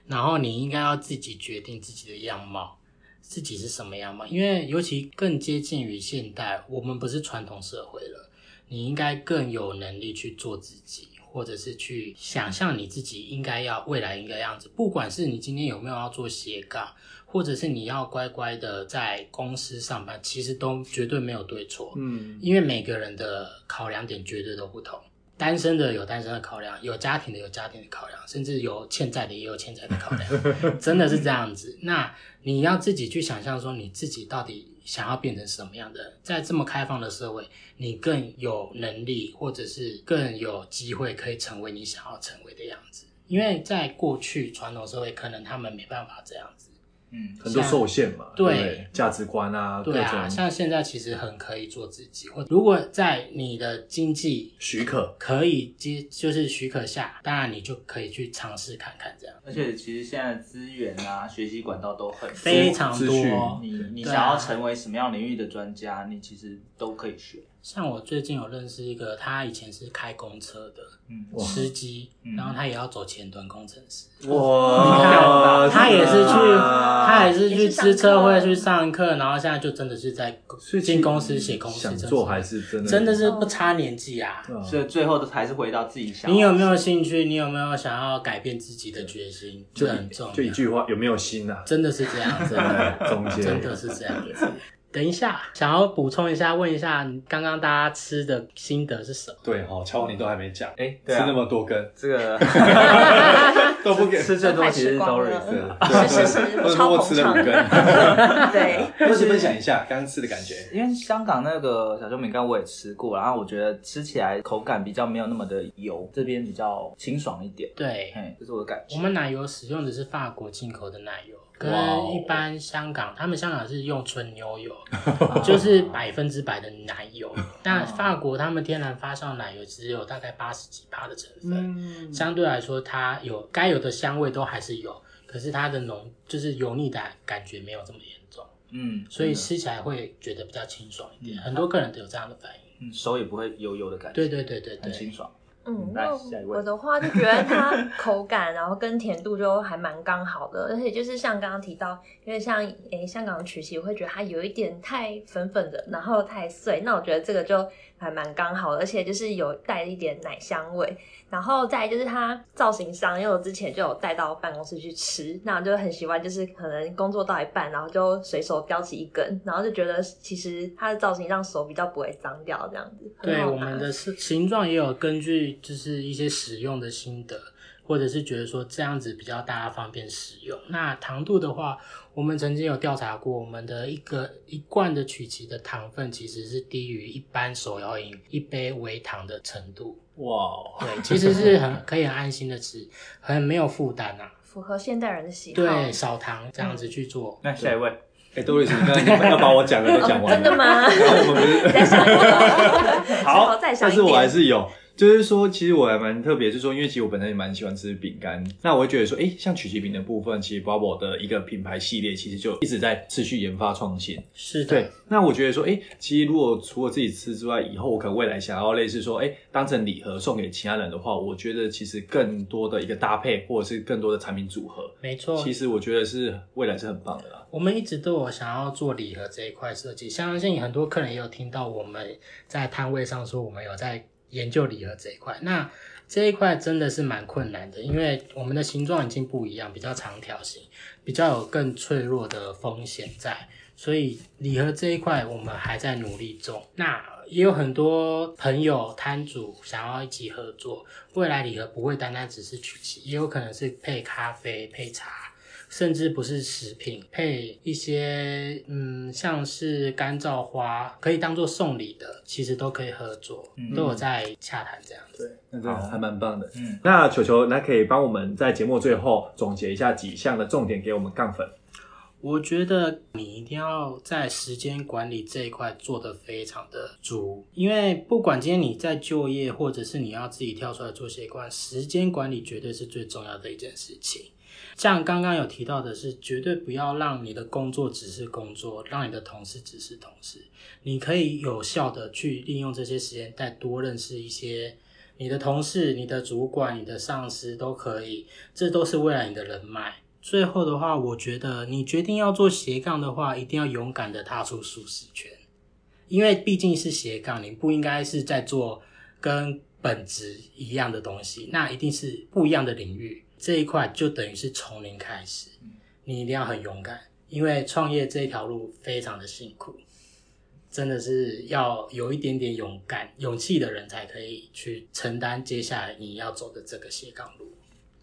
[SPEAKER 4] 然后你应该要自己决定自己的样貌，自己是什么样貌，因为尤其更接近于现代，我们不是传统社会了，你应该更有能力去做自己。或者是去想象你自己应该要未来应该样子，不管是你今天有没有要做斜杠，或者是你要乖乖的在公司上班，其实都绝对没有对错。
[SPEAKER 2] 嗯，
[SPEAKER 4] 因为每个人的考量点绝对都不同。单身的有单身的考量，有家庭的有家庭的考量，甚至有欠债的也有欠债的考 量，真的是这样子。那你要自己去想象说你自己到底想要变成什么样的人，在这么开放的社会，你更有能力，或者是更有机会可以成为你想要成为的样子。因为在过去传统社会，可能他们没办法这样子。
[SPEAKER 1] 嗯，
[SPEAKER 2] 很多受限嘛，
[SPEAKER 4] 对
[SPEAKER 2] 对不对，价值观啊，各
[SPEAKER 4] 对啊，
[SPEAKER 2] 种
[SPEAKER 4] 像现在其实很可以做自己，或如果在你的经济
[SPEAKER 2] 许可，
[SPEAKER 4] 可以接，就是许可下，当然你就可以去尝试看看这样。
[SPEAKER 1] 而且其实现在资源啊、学习管道都很
[SPEAKER 4] 非常
[SPEAKER 2] 资讯
[SPEAKER 4] 多，
[SPEAKER 1] 你你
[SPEAKER 4] 对啊
[SPEAKER 1] 想要成为什么样领域的专家，你其实都可以学。
[SPEAKER 4] 像我最近有认识一个，他以前是开公车的
[SPEAKER 1] 嗯，
[SPEAKER 2] 哇
[SPEAKER 4] 司机
[SPEAKER 1] 嗯，
[SPEAKER 4] 然后他也要走前端工程师，
[SPEAKER 2] 哇，
[SPEAKER 4] 他也是去，
[SPEAKER 2] 啊
[SPEAKER 4] 他也是去资车会
[SPEAKER 3] 也
[SPEAKER 4] 去
[SPEAKER 3] 是
[SPEAKER 4] 上课，然后现在就真的是在
[SPEAKER 2] 所以其实
[SPEAKER 4] 进公司写公司
[SPEAKER 2] 想
[SPEAKER 4] 证书，
[SPEAKER 2] 做还是真的
[SPEAKER 4] 真的是不差年纪啊。
[SPEAKER 2] 对啊
[SPEAKER 1] 所以最后都还是回到自己想。
[SPEAKER 4] 你有没有兴趣？你有没有想要改变自己的决心？
[SPEAKER 2] 就
[SPEAKER 4] 这很重要。
[SPEAKER 2] 就一句话，有没有心啊？
[SPEAKER 4] 真的是这样，真的
[SPEAKER 2] 对， 中间
[SPEAKER 4] 真的是这样子。等一下，想要补充一下，问一下刚刚大家吃的心得是什么？
[SPEAKER 2] 对哦，乔你都还没讲，
[SPEAKER 1] 哎，
[SPEAKER 2] 吃
[SPEAKER 1] 对啊
[SPEAKER 2] 那，么多根
[SPEAKER 1] 这 个
[SPEAKER 2] 都不给，
[SPEAKER 1] 吃最多其实是
[SPEAKER 3] 太吃光
[SPEAKER 1] Doris
[SPEAKER 3] 了
[SPEAKER 1] 的。
[SPEAKER 2] 对
[SPEAKER 3] 是是是
[SPEAKER 2] 我只不过吃了五 根，
[SPEAKER 3] 对，
[SPEAKER 2] 或许分享一下刚刚吃的感觉。
[SPEAKER 1] 因为香港那个小熊饼干我也吃过，然后我觉得吃起来口感比较没有那么的油，这边比较清爽一点。
[SPEAKER 4] 对，
[SPEAKER 2] 嗯
[SPEAKER 1] 嘿，这是我的感
[SPEAKER 4] 我
[SPEAKER 1] 觉。
[SPEAKER 4] 们奶油使用的是法国进口的奶油，跟
[SPEAKER 2] 哇哦
[SPEAKER 4] 一般香港，他们香港是用纯牛油，就是百分之百的 奶油。
[SPEAKER 2] 哦
[SPEAKER 4] 那法国他们天然发酵奶油只有大概八十几帕的成分，
[SPEAKER 2] 嗯，
[SPEAKER 4] 相对来说它有该有的香味都还是有，可是它的浓就是油腻的感觉没有这么严重。
[SPEAKER 1] 嗯，
[SPEAKER 4] 所以
[SPEAKER 1] 真的
[SPEAKER 4] 吃起来会觉得比较清爽一点。
[SPEAKER 1] 嗯
[SPEAKER 4] 很多个人都有这样的反应。
[SPEAKER 1] 嗯手也不会油油的感觉。
[SPEAKER 4] 对对对对
[SPEAKER 1] 很清
[SPEAKER 4] 对，
[SPEAKER 1] 爽。
[SPEAKER 3] 嗯，
[SPEAKER 1] 来
[SPEAKER 3] 那
[SPEAKER 1] 下一位
[SPEAKER 3] 我的话就觉得它口感，然后跟甜度就还蛮刚好的，而且就是像刚刚提到，因为像诶香港的曲奇，我会觉得它有一点太粉粉的，然后太碎，那我觉得这个就还蛮刚好的，而且就是有带一点奶香味，然后再来就是它造型上，因为我之前就有带到办公室去吃，那我就很喜欢，就是可能工作到一半，然后就随手叼起一根，然后就觉得其实它的造型让手比较不会脏掉，这样子。很
[SPEAKER 4] 对
[SPEAKER 3] 好
[SPEAKER 4] 我
[SPEAKER 3] 拿
[SPEAKER 4] 们的是形状也有根据，就是一些使用的心得，或者是觉得说这样子比较大家方便使用。那糖度的话，我们曾经有调查过，我们的一个一罐的曲奇的糖分其实是低于一般手摇饮一杯微糖的程度。
[SPEAKER 2] 哇哦，
[SPEAKER 4] 对，其实是很可以很安心的吃，很没有负担啊。
[SPEAKER 3] 符合现代人的喜好。
[SPEAKER 4] 对，少糖这样子去做。
[SPEAKER 1] 嗯那下一位，
[SPEAKER 2] 哎，多瑞斯，你刚才要把我讲的都讲
[SPEAKER 3] 哦
[SPEAKER 2] 完
[SPEAKER 3] 真
[SPEAKER 2] 了
[SPEAKER 3] 的。吗？
[SPEAKER 2] 然后我们不是
[SPEAKER 3] 再想一个，
[SPEAKER 2] 好，
[SPEAKER 3] 再想
[SPEAKER 2] 但
[SPEAKER 3] 一
[SPEAKER 2] 是
[SPEAKER 3] 点
[SPEAKER 2] 我还是有，就是说，其实我还蛮特别，就是说，因为其实我本身也蛮喜欢吃饼干，那我会觉得说，哎、像曲奇饼的部分，其实 Bubble 的一个品牌系列，其实就一直在持续研发创新。
[SPEAKER 4] 是的，
[SPEAKER 2] 对，那我觉得说，哎、其实如果除了自己吃之外，以后我可能未来想要类似说，哎、当成礼盒送给其他人的话，我觉得其实更多的一个搭配，或者是更多的产品组合，
[SPEAKER 4] 没错
[SPEAKER 2] 其。实我觉得是未来是很棒的啦。
[SPEAKER 4] 我们一直都有想要做礼盒这一块设计，相信很多客人也有听到我们在摊位上说我们有在研究礼盒这一块。那这一块真的是蛮困难的，因为我们的形状已经不一样，比较长条形，比较有更脆弱的风险在，所以礼盒这一块我们还在努力中。那也有很多朋友摊主想要一起合作，未来礼盒不会单单只是曲奇，也有可能是配咖啡、配茶，甚至不是食品，配一些嗯，像是干燥花，可以当做送礼的，其实都可以合作，都有在洽谈这样子。
[SPEAKER 2] 那真的还蛮棒的。
[SPEAKER 1] 嗯，
[SPEAKER 2] 那球球，那可以帮我们在节目最后总结一下几项的重点给我们杠粉。
[SPEAKER 4] 我觉得你一定要在时间管理这一块做得非常的足，因为不管今天你在就业，或者是你要自己跳出来做些管，时间管理绝对是最重要的一件事情。像刚刚有提到的是，绝对不要让你的工作只是工作，让你的同事只是同事。你可以有效的去利用这些时间，再多认识一些你的同事、你的主管、你的上司都可以，这都是未来你的人脉。最后的话，我觉得你决定要做斜杠的话，一定要勇敢的踏出舒适圈，因为毕竟是斜杠，你不应该是在做跟本职一样的东西，那一定是不一样的领域。这一块就等于是从零开始，你一定要很勇敢，因为创业这条路非常的辛苦，真的是要有一点点勇敢、勇气的人才可以去承担接下来你要走的这个斜杠路。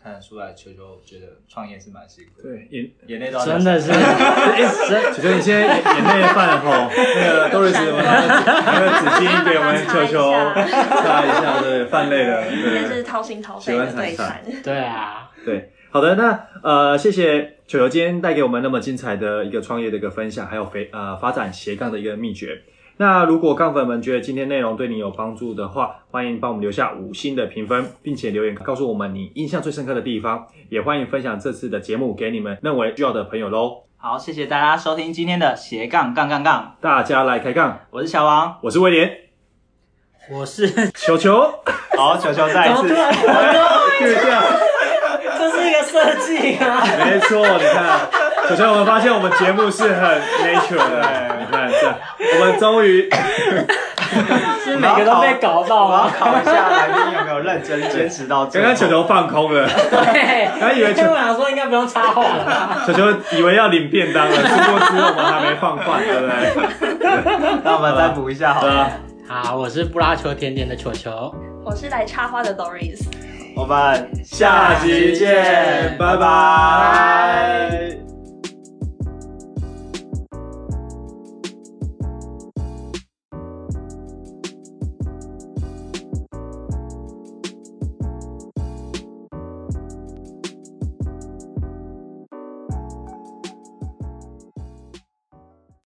[SPEAKER 5] 看得出来，球球觉得创业是蛮辛苦的，
[SPEAKER 2] 对，也
[SPEAKER 5] 眼泪都要
[SPEAKER 4] 真的是，
[SPEAKER 2] 球球，你现在眼眼泪泛红，那个多瑞斯，我那个纸巾给我们球球擦一下，对，泛泪了，
[SPEAKER 3] 真
[SPEAKER 2] 对
[SPEAKER 3] 是掏心掏肺的对
[SPEAKER 2] 喜欢
[SPEAKER 3] 谈。
[SPEAKER 4] 对啊，
[SPEAKER 2] 对。好的，那呃，谢谢球球今天带给我们那么精彩的一个创业的一个分享，还有肥呃发展斜杠的一个秘诀。那如果杠粉们觉得今天内容对你有帮助的话，欢迎帮我们留下五星的评分，并且留言告诉我们你印象最深刻的地方，也欢迎分享这次的节目给你们认为需要的朋友喽。
[SPEAKER 1] 好，谢谢大家收听今天的斜杠杠杠杠，
[SPEAKER 2] 大家来开杠，
[SPEAKER 1] 我是小王。
[SPEAKER 2] 我是威廉，
[SPEAKER 4] 我是
[SPEAKER 2] 球球。
[SPEAKER 5] 好，球球再一次，
[SPEAKER 2] 就是这样，
[SPEAKER 4] 啊这是一个设计啊。
[SPEAKER 2] 没错，你看，首先我们发现我们节目是很 nature 的，你看这样，我们终于
[SPEAKER 4] 是每个都被搞到
[SPEAKER 5] 我要
[SPEAKER 4] 啊！
[SPEAKER 5] 考一下来宾有没有认真坚持到最
[SPEAKER 2] 刚
[SPEAKER 5] 后。
[SPEAKER 2] 刚球球放空了，
[SPEAKER 4] 对，
[SPEAKER 2] 刚以为
[SPEAKER 4] 就想说应该不用插话了。
[SPEAKER 2] 球球以为要领便当了，吃过之后我们还没放饭，对不对？
[SPEAKER 5] 那我们再补一下好
[SPEAKER 2] 对
[SPEAKER 5] 了，
[SPEAKER 2] 啊，
[SPEAKER 4] 好，我是布拉球甜点的球球，
[SPEAKER 3] 我是来插花的 Doris。
[SPEAKER 5] 我们
[SPEAKER 2] 下集见，拜拜。